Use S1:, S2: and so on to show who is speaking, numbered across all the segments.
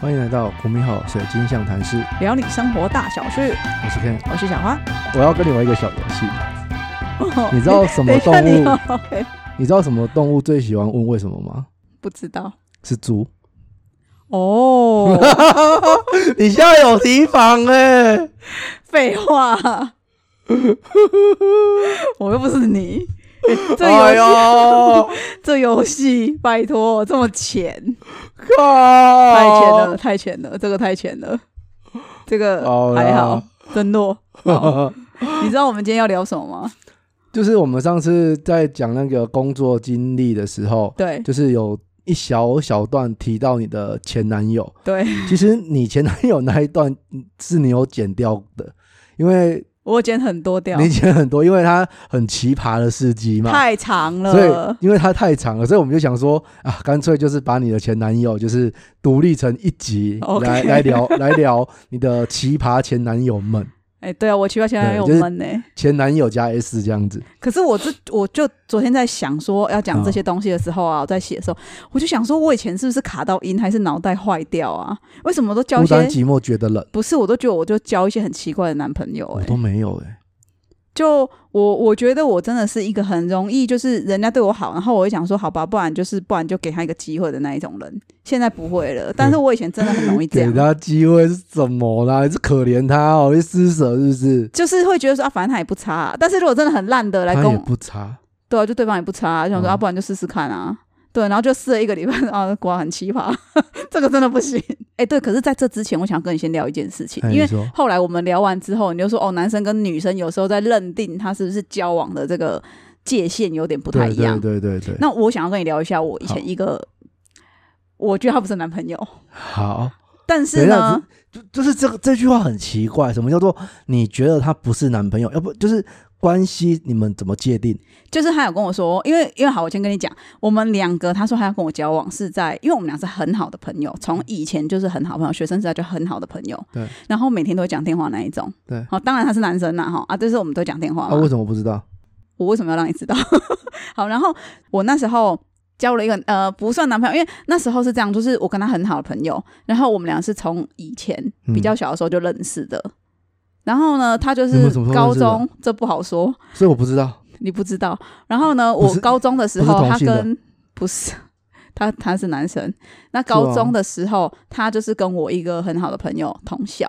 S1: 欢迎来到国民好水晶象谈室，
S2: 聊你生活大小事。
S1: 我是 Ken。
S2: 我是小花。
S1: 我要跟你玩一个小游戏，你哦知道什
S2: 等
S1: 么
S2: 一
S1: 动
S2: 下你
S1: 物？
S2: 好黑
S1: 你知道什么动物最喜欢问为什么吗？
S2: 不知道
S1: 是猪。
S2: 哦，
S1: 你现在有提防哎、
S2: 废话， 我又不是你。 欸这游戏、
S1: 哎呦，
S2: 这游戏，拜托，这么浅，
S1: 靠
S2: 太浅了，太浅了，这个太浅了，这个
S1: 好啦
S2: 还好，真弱。 好你知道我们今天要聊什么吗？
S1: 就是我们上次在讲那个工作经历的时候，
S2: 对
S1: 就是有一小小段提到你的前男友，
S2: 对，
S1: 其实你前男友那一段是你有剪掉的，因为
S2: 我剪很多掉
S1: 你，剪很多，因为他很奇葩的事迹嘛，
S2: 太长
S1: 所以
S2: 了。
S1: 因为他太长了，所以我们就想说啊，干脆就是把你的前男友就是独立成一集
S2: OK
S1: 来来聊 来聊你的奇葩前男友们，
S2: 哎、对啊，我奇怪前男友
S1: 对就是
S2: 闷呢、
S1: 前男友加 S 这样子，
S2: 可是我这我就昨天在想说要
S1: 嗯
S2: 讲这些东西的时候啊，我在写的时候，我就想说，我以前是不是卡到音，还是脑袋坏掉啊？为什么我都交
S1: 孤
S2: 一
S1: 单
S2: 些
S1: 寂寞觉得冷，
S2: 不是，我都觉得我就交一些很奇怪的男朋友、
S1: 我
S2: 欸，
S1: 都没有哎、
S2: 就我我觉得我真的是一个很容易就是人家对我好，然后我会想说好吧，不然就是不然就给他一个机会的那一种人。现在不会了，但是我以前真的很容易这
S1: 嗯 给
S2: 样。
S1: 他机会是怎么啦？你是可怜他哦，你施舍是不是？
S2: 就是会觉得说啊，反正他也不差、但是如果真的很烂的来
S1: 他
S2: 跟
S1: 也
S2: 我，
S1: 不差，
S2: 对啊，就对方也不差、就想
S1: 嗯
S2: 说、啊，不然就试试看啊。对，然后就试了一个礼拜， 啊，果然很奇葩， 这个真的不行。哎、对，可是在这之前，我想跟你先聊一件事情，
S1: 哎
S2: 因
S1: 你
S2: 为
S1: 说
S2: 后来我们聊完之后，你就说哦，男生跟女生有时候在认定他是不是交往的这个界限有点不太
S1: 对
S2: 一样
S1: 对。对对对，
S2: 那我想要跟你聊一下我以
S1: 好
S2: 前一个，我觉得他不是男朋友，
S1: 好，
S2: 但是
S1: 等一下
S2: 呢，
S1: 就就是这个这句话很奇怪，什么叫做你觉得他不是男朋友？要不就是关系你们怎么界定？
S2: 就是他有跟我说，因为因为好，我先跟你讲，我们两个他说他要跟我交往是在，因为我们俩是很好的朋友，从以前就是很好朋友，学生时代就很好的朋友，
S1: 对，
S2: 然后每天都会讲电话那一种，
S1: 对
S2: 好，当然他是男生啦，哈啊，就是我们都会讲电话
S1: 啊，
S2: 嘛，
S1: 为什么不知道？
S2: 我为什么要让你知道？ 好，然后我那时候交了一个呃不算男朋友，因为那时候是这样，就是我跟他很好的朋友，然后我们俩是从以前
S1: 嗯
S2: 比较小的时候就认识的，然后呢，他就
S1: 你
S2: 是
S1: 们什么时候
S2: 高
S1: 认识的啊
S2: 中，这不好说。
S1: 所以我不知道。
S2: 你不知道。然后呢，
S1: 不
S2: 我
S1: 是
S2: 高中的时
S1: 不是
S2: 候，
S1: 同
S2: 他
S1: 性的哦
S2: 跟不是 他他是男生。那高中的时候，他就是跟我一个很好的朋友同校，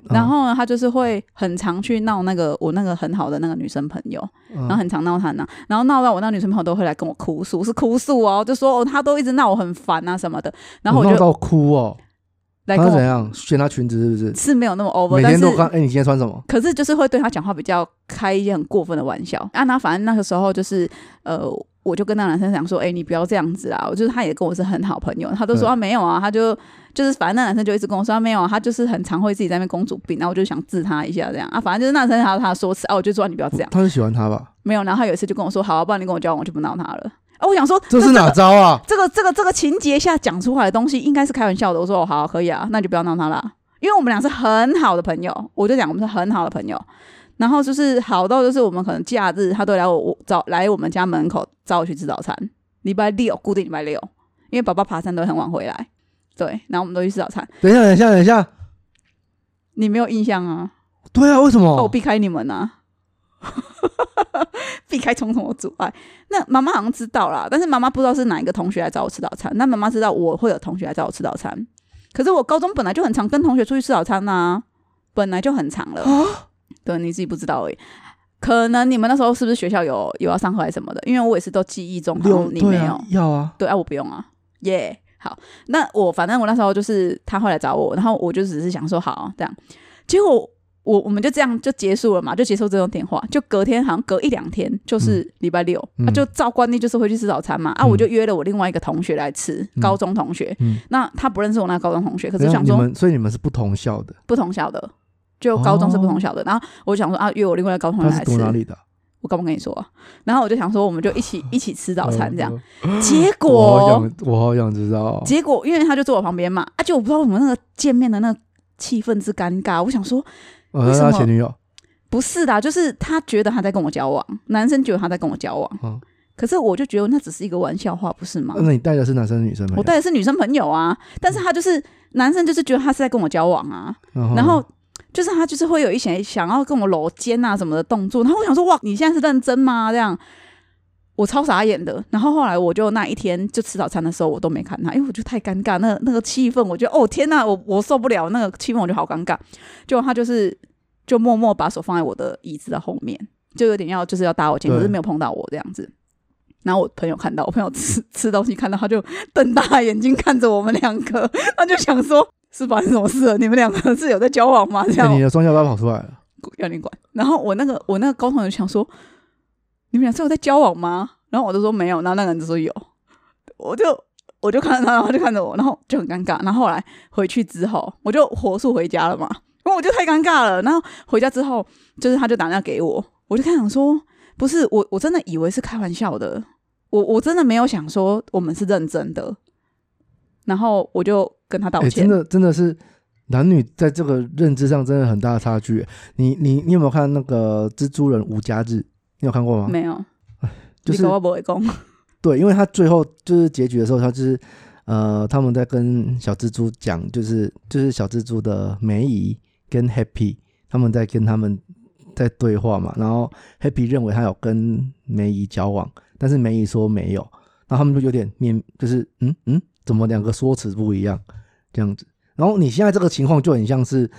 S1: 嗯
S2: 然后呢，他就是会很常去闹那个我那个很好的那个女生朋友，
S1: 嗯，
S2: 然后
S1: 嗯
S2: 很常闹他呢，然后闹到我那个女生朋友都会来跟我哭诉，是哭诉哦，就说哦他都一直闹我很烦啊什么的，然后我
S1: 闹
S2: 就
S1: 到哭哦，
S2: 来跟
S1: 他怎
S2: 我
S1: 样掀他裙子是不是？
S2: 是没有那么 over，
S1: 每
S2: 但
S1: 天都
S2: 是
S1: 看，哎，你今天穿什么？
S2: 可是就是会对他讲话比较开一些很过分的玩笑。啊，那反正那个时候就是呃。我就跟那个男生讲说，哎、你不要这样子啦！我就是他也跟我是很好朋友，他都
S1: 嗯
S2: 说、啊没有啊，他就就是反正那男生就一直跟我说、啊、没有啊，他就是很常会自己在那边公主病，然后我就想治他一下这样啊，反正就是那男生还有他的说辞啊，我就说、啊你不要这样，
S1: 他是喜欢他吧？
S2: 没有。然后他有一次就跟我说，好、啊，不然你跟我交往，我就不闹他了。啊，我想说
S1: 这是哪招啊？
S2: 这个这个这个情节下讲出来的东西应该是开玩笑的。我说哦好，可以啊，那你就不要闹他啦，因为我们俩是很好的朋友，我就讲我们是很好的朋友。然后就是好到就是我们可能假日他都来我我找来我们家门口找我去吃早餐，礼拜六固定礼拜六，因为爸爸爬山都会很晚回来，对，然后我们都去吃早餐。
S1: 等一下，等一下，等一下，
S2: 你没有印象啊？
S1: 对啊，为什
S2: 哦，我
S1: 么？
S2: 避开你们啊， 避开重重的阻碍。那妈妈好像知道啦，但是妈妈不知道是哪一个同学来找我吃早餐。那妈妈知道我会有同学来找我吃早餐，可是我高中本来就很常跟同学出去吃早餐呐、本来就很常了。
S1: 哦啊
S2: 对，你自己不知道而已。可能你们那时候是不是学校有有要上课还是什么的？因为我也是都记忆中，好
S1: 六
S2: 像你没
S1: 对
S2: 有。
S1: 啊，要啊，
S2: 对啊，我不用啊，耶、好，那我反正我那时候就是他会来找我，然后我就只是想说好这样，结果我我们就这样就结束了嘛，就结束这通电话，就隔天好像隔一两天就是礼拜六，
S1: 嗯
S2: 啊、就照惯例就是会去吃早餐嘛，啊，
S1: 嗯
S2: 我就约了我另外一个同学来吃，
S1: 嗯
S2: 高中同学，
S1: 嗯
S2: 那他不认识我那个高中同学，可
S1: 等
S2: 是
S1: 一下
S2: 想
S1: 你
S2: 说
S1: 们，所以你们是不同校的，
S2: 不同校的。就高中是不同校的，然后我就想说啊，约我另外一个高中同
S1: 哦他
S2: 学
S1: 是
S2: 来
S1: 读
S2: 吃，
S1: 哪里的？哦
S2: 我干嘛跟你说、啊？然后我就想说，我们就一起一起吃早餐这样。结
S1: 呃。
S2: 果
S1: 我好想，我好想知道哦。
S2: 结果因为他就坐我旁边嘛，而且我不知道为什么那个见面的那个气氛之尴尬，我想说
S1: 我
S2: 为
S1: 是
S2: 什
S1: 他
S2: 么
S1: 前女友，
S2: 不是的，就是他觉得他在跟我交往，男生觉得他在跟我交往，
S1: 嗯
S2: 可是我就觉得那只是一个玩笑话，不是吗？
S1: 那你带的是男生女生没有？
S2: 我带的是女生朋友啊，但是他就是男生就是觉得他是在跟我交往啊，
S1: 然
S2: 然后就是他就是会有一些想要跟我搂肩啊什么的动作，然后我想说哇，你现在是认真吗？这样我超傻眼的。然后后来我就那一天就吃早餐的时候，我都没看他，因为我觉得太尴尬，那个那个气氛，我觉得哦天呐，我我受不了那个气氛，我就好尴尬。结果他就是就默默把手放在我的椅子的后面，就有点要就是要搭我肩，
S1: 对
S2: 可是没有碰到我这样子。然后我朋友看到，我朋友吃吃东西看到，他就 瞪大眼睛看着我们两个，他就想说：“是发生什么事了？你们两个是有在交往吗？”这样
S1: 欸你的双下巴跑出来了，
S2: 要你管。然后我那个我那个高同学想说，你们俩是有在交往吗？然后我就说没有，然后那个人就说有，我就我就看着他，然后他就看着我，然后就很尴尬。然后后来回去之后，我就火速回家了嘛，然后我就太尴尬了。然后回家之后，就是他就打电话给我，我就看想说，不是我我真的以为是开玩笑的，我我真的没有想说我们是认真的。然后我就跟他道
S1: 哎、
S2: 歉
S1: 真，的真的是男女在这个认知上真的很大的差距欸。你你你有没有看那个蜘蛛人无家日？你有看过吗？
S2: 没有，
S1: 就是
S2: 你跟我不会讲，
S1: 对，因为他最后就是结局的时候，他就是呃，他们在跟小蜘蛛讲，就是就是小蜘蛛的梅姨跟 Happy 他们在跟他们在对话嘛，然后 Happy 认为他有跟梅姨交往，但是梅姨说没有，然后他们就有点面，就是嗯嗯，怎么两个说辞不一样这样子？然后你现在这个情况就很像是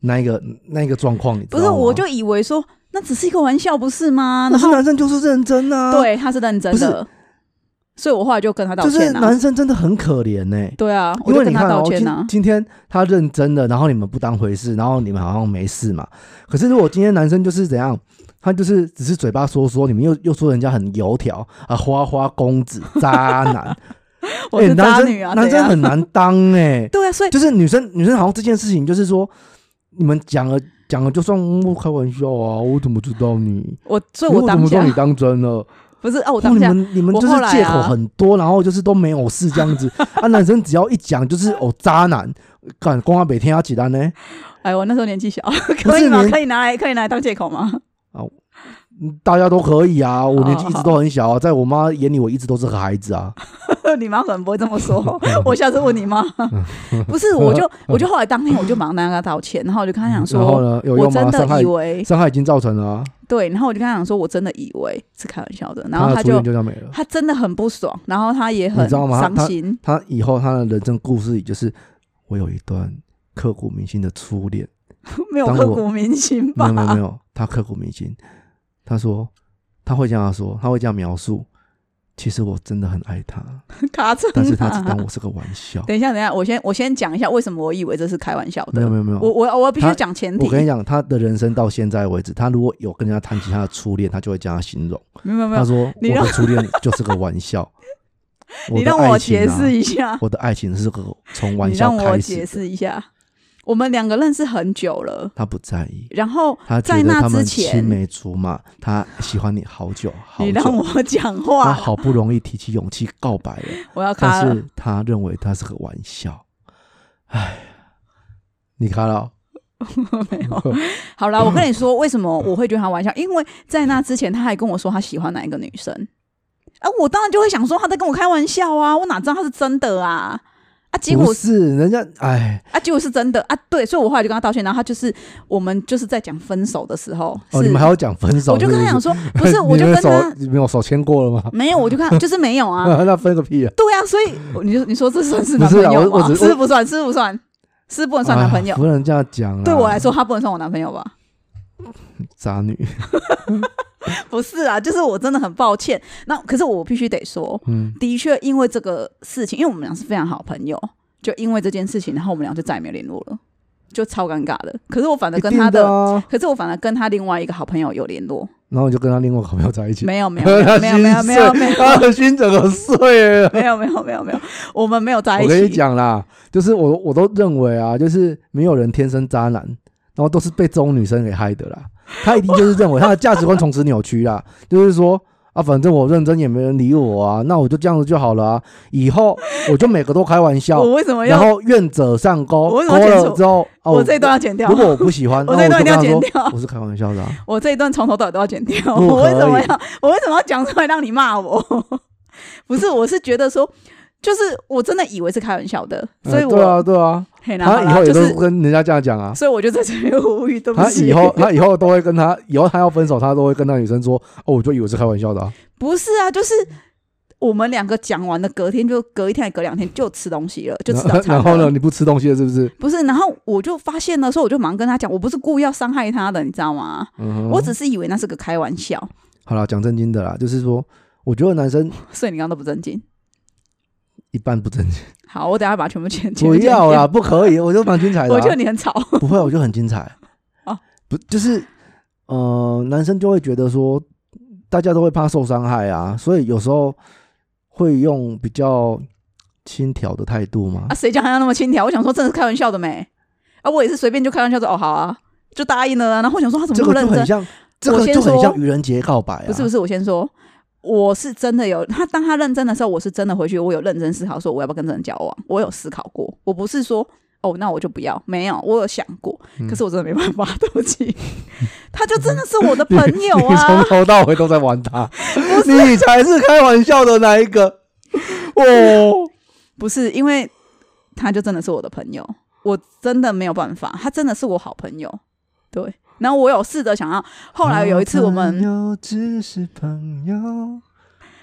S1: 那一个那一个状况，你知
S2: 不是，
S1: 道吗
S2: 我就以为说那只是一个玩笑，不是 吗？
S1: 可
S2: 然
S1: 是
S2: 后
S1: 男生就是认真啊，，
S2: 对，他是认真的，所以我后来就跟他道
S1: 就是
S2: 歉啊。
S1: 男生真的很可怜欸呢、
S2: 对啊，我
S1: 因
S2: 就
S1: 为
S2: 跟
S1: 你
S2: 他
S1: 看
S2: 道
S1: 哦，
S2: 歉
S1: 今
S2: 啊。
S1: 今天他认真的，然后你们不当回事，然后你们好像没事嘛。可是如果今天男生就是怎样，他就是只是嘴巴说说，你们又又说人家很油条啊，花花公子、渣男，
S2: 我是
S1: 欸
S2: 渣
S1: 男
S2: 女啊，
S1: 生男
S2: 怎
S1: 生
S2: 样
S1: 很难当 哎、
S2: 对啊，所以
S1: 就是女生女生好像这件事情就是说，你们讲了讲了就算嗯我开玩笑啊，我怎么知道你？
S2: 我所以
S1: 我
S2: 我
S1: 怎
S2: 当
S1: 么知道
S2: 下
S1: 你当真了？
S2: 不是啊，我
S1: 哦
S2: 当
S1: 你
S2: 下
S1: 们你们
S2: 我
S1: 就是
S2: 后来
S1: 借口
S2: 啊
S1: 很多，然后就是都没有事这样 子啊。男生只要一讲就是哦渣男，干光华北天要几单呢？
S2: 哎，我那时候年纪小，
S1: 不
S2: 可以
S1: 是
S2: 吗？
S1: 你
S2: 可以拿来可以拿来当借口吗？
S1: 嗯大家都可以啊，我年纪
S2: 哦
S1: 一直都很小啊，在我妈眼里我一直都是个孩子啊。
S2: 你妈可能不会这么 说，我下次问你妈。不是，我就我就后来当天我就马上跟他道歉，然后我就跟他讲
S1: 然后
S2: 说，
S1: 呢，有
S2: 我
S1: 用
S2: 真
S1: 吗？伤害
S2: 的以为
S1: 伤害已经造成了啊，
S2: 对，然后我就跟他讲说，我真的以为是开玩笑的，然后
S1: 他
S2: 他
S1: 的初
S2: 就
S1: 恋就这样没了。
S2: 他真的很不爽，然后他也很
S1: 你知道吗
S2: 伤心。
S1: 他以后他的人生故事里就是我有一段刻骨铭心的初 恋，
S2: 没有
S1: 当
S2: 刻
S1: 我
S2: 骨铭心
S1: 没 有
S2: 吧？
S1: 没有没有，他刻骨铭心。他说他会这样说，他会这样描述。其实我真的很爱他。
S2: 卡车，。
S1: 但是他只当我是个玩笑
S2: 嗯等一下，等一下，我先我先讲一下为什么我以为这是开玩笑的。
S1: 没有没有没有，
S2: 我我我必须
S1: 他
S2: 讲前提。
S1: 我跟你讲，他的人生到现在为止，他如果有跟人家谈起他的初恋，他就会这样形容。
S2: 没有没有没
S1: 他
S2: 有，
S1: 说：“
S2: 你让
S1: 我的初恋就是个玩 笑。
S2: 你
S1: 的
S2: 让
S1: 爱
S2: 我
S1: 情啊
S2: 解释一下，
S1: 我的爱情是个 从玩
S2: 你
S1: 笑
S2: 让我
S1: 开
S2: 解
S1: 始。
S2: 释一下。我们两个认识很久了，
S1: 他不在意，
S2: 然后
S1: 他觉
S2: 在
S1: 得
S2: 那
S1: 他
S2: 之
S1: 们
S2: 前
S1: 青梅竹马，他喜欢你好久好
S2: 你
S1: 久。
S2: 让我讲
S1: 他
S2: 话，
S1: 好不容易提起勇气告白了，
S2: 我要卡
S1: 但
S2: 了
S1: 是。他认为他是个玩笑。哎，你看了哦？
S2: 没有。好啦，我跟你说，为什么我会觉得他玩笑？因为在那之前，他还跟我说他喜欢哪一个女生，啊，我当然就会想说他在跟我开玩笑啊，我哪知道他是真的啊？啊，结
S1: 不
S2: 果
S1: 是人家哎。”
S2: 啊，结果是真的啊，对，所以我后来就跟他道歉，然后他就是我们就是在讲分手的时候，
S1: 哦，
S2: 是
S1: 你们还要讲分手？
S2: 我就跟他讲
S1: 说，
S2: 说， 不是，我就
S1: 你
S2: 跟
S1: 们手
S2: 他
S1: 你们有手牵过了吗？
S2: 没有，我就看就是没有 啊，
S1: 那分个屁啊！
S2: 对啊，所以我你就你说这算
S1: 不
S2: 是男
S1: 是
S2: 朋
S1: 啊
S2: 友
S1: 我我
S2: 吗？
S1: 只
S2: 是不算，是不算，是不能算男朋友
S1: 哎呀。不能这样讲啊。
S2: 对我来说，他不能算我男朋友吧？
S1: 渣女。
S2: 不是啊，就是我真的很抱歉。那可是我必须得说，
S1: 嗯，
S2: 的确因为这个事情，因为我们俩是非常好朋友，就因为这件事情，然后我们俩就再也没有联络了，就超尴尬的。可是我反而跟他
S1: 一定的啊，
S2: 可是我反而跟他另外一个好朋友有联络，
S1: 然后你就跟他另外一个好朋友在一起，
S2: 没有没有没有没有没有没有没有
S1: 他的心整个碎了。
S2: 没有没有没有没有，我们没有在一
S1: 我
S2: 起。
S1: 跟你讲啦，就是我我都认为啊，就是没有人天生渣男，然后都是被这种女生给害的啦。他一定就是认为他的价值观从此扭曲啦，就是说啊，反正我认真也没人理我啊，那我就这样子就好了啊，以后我就每个都开玩笑，
S2: 我为什么
S1: 然
S2: 要？
S1: 后愿者上钩，
S2: 我为什
S1: 勾
S2: 么要剪
S1: 了
S2: 出
S1: 之后，啊
S2: 我这一段要剪掉
S1: 如，果我不喜欢，那
S2: 我这一段
S1: 就
S2: 一
S1: 跟
S2: 定要
S1: 他说
S2: 剪掉，
S1: 我是开玩笑的、啊。
S2: 我这一段从头到尾都要剪掉。
S1: 不
S2: 我为什么
S1: 可以
S2: 要？我为什么要讲出来让你骂我？不是，我是觉得说，就是我真的以为是开玩笑的，
S1: 呃
S2: 所以我、
S1: 对啊，对 啊，
S2: 嘿然
S1: 他
S2: 后
S1: 以后也
S2: 就
S1: 都
S2: 是，
S1: 跟人家这样讲 啊。
S2: 所以我就在这里呼吁，对不
S1: 他
S2: 起，
S1: 以后他以后都会跟他，以后他要分手，他都会跟那女生说：“哦，我就以为是开玩笑的、啊。
S2: 不是啊，就是我们两个讲完的，隔天就隔一天，隔两天就吃东西了，就吃早
S1: 然后
S2: 餐
S1: 然后
S2: 了
S1: 呢，你不吃东西了是不是？
S2: 不是，然后我就发现了，所以我就马上跟他讲，我不是故意要伤害他的，你知道吗？
S1: 嗯哼，
S2: 我只是以为那是个开玩笑，
S1: 好了，讲正经的啦，就是说，我觉得男生
S2: 所以你刚刚都不正经。
S1: 一半不正 经，
S2: 好，我等一下把它全部剪
S1: 不
S2: 剪剪
S1: 要啦，
S2: 掉。
S1: 不可以，我就蛮精彩的、
S2: 我觉得
S1: 啊，
S2: 你很吵，
S1: 不会，我就很精彩
S2: 哦。
S1: 不就是呃，男生就会觉得说，大家都会怕受伤害啊，所以有时候会用比较轻佻的态度嘛
S2: 啊，。谁讲他要那么轻佻？我想说，真的是开玩笑的没？啊，我也是随便就开玩笑说，哦，好啊，就答应了啊。然后我想说，他怎么
S1: 这
S2: 那么
S1: 个就
S2: 认真
S1: 很？像，这
S2: 我
S1: 个
S2: 先
S1: 就很
S2: 说
S1: 像愚人节告白啊。
S2: 不是不是，我先说，我是真的有 他，当他认真的时候，我是真的回去，我有认真思考说我要不要跟这人交往，我有思考过，我不是说哦，那我就不要，没有，我有想过，可是我真的没办法，对不起，他就真的是我的朋 友
S1: 你从
S2: 啊，
S1: 头到尾都在玩 他，你才是开玩笑的那一个。哦，
S2: 不是因为他就真的是我的朋友，我真的没有办法，他真的是我好朋友，对，然后我有试着想要，后来有一次我们
S1: 朋友只是朋友，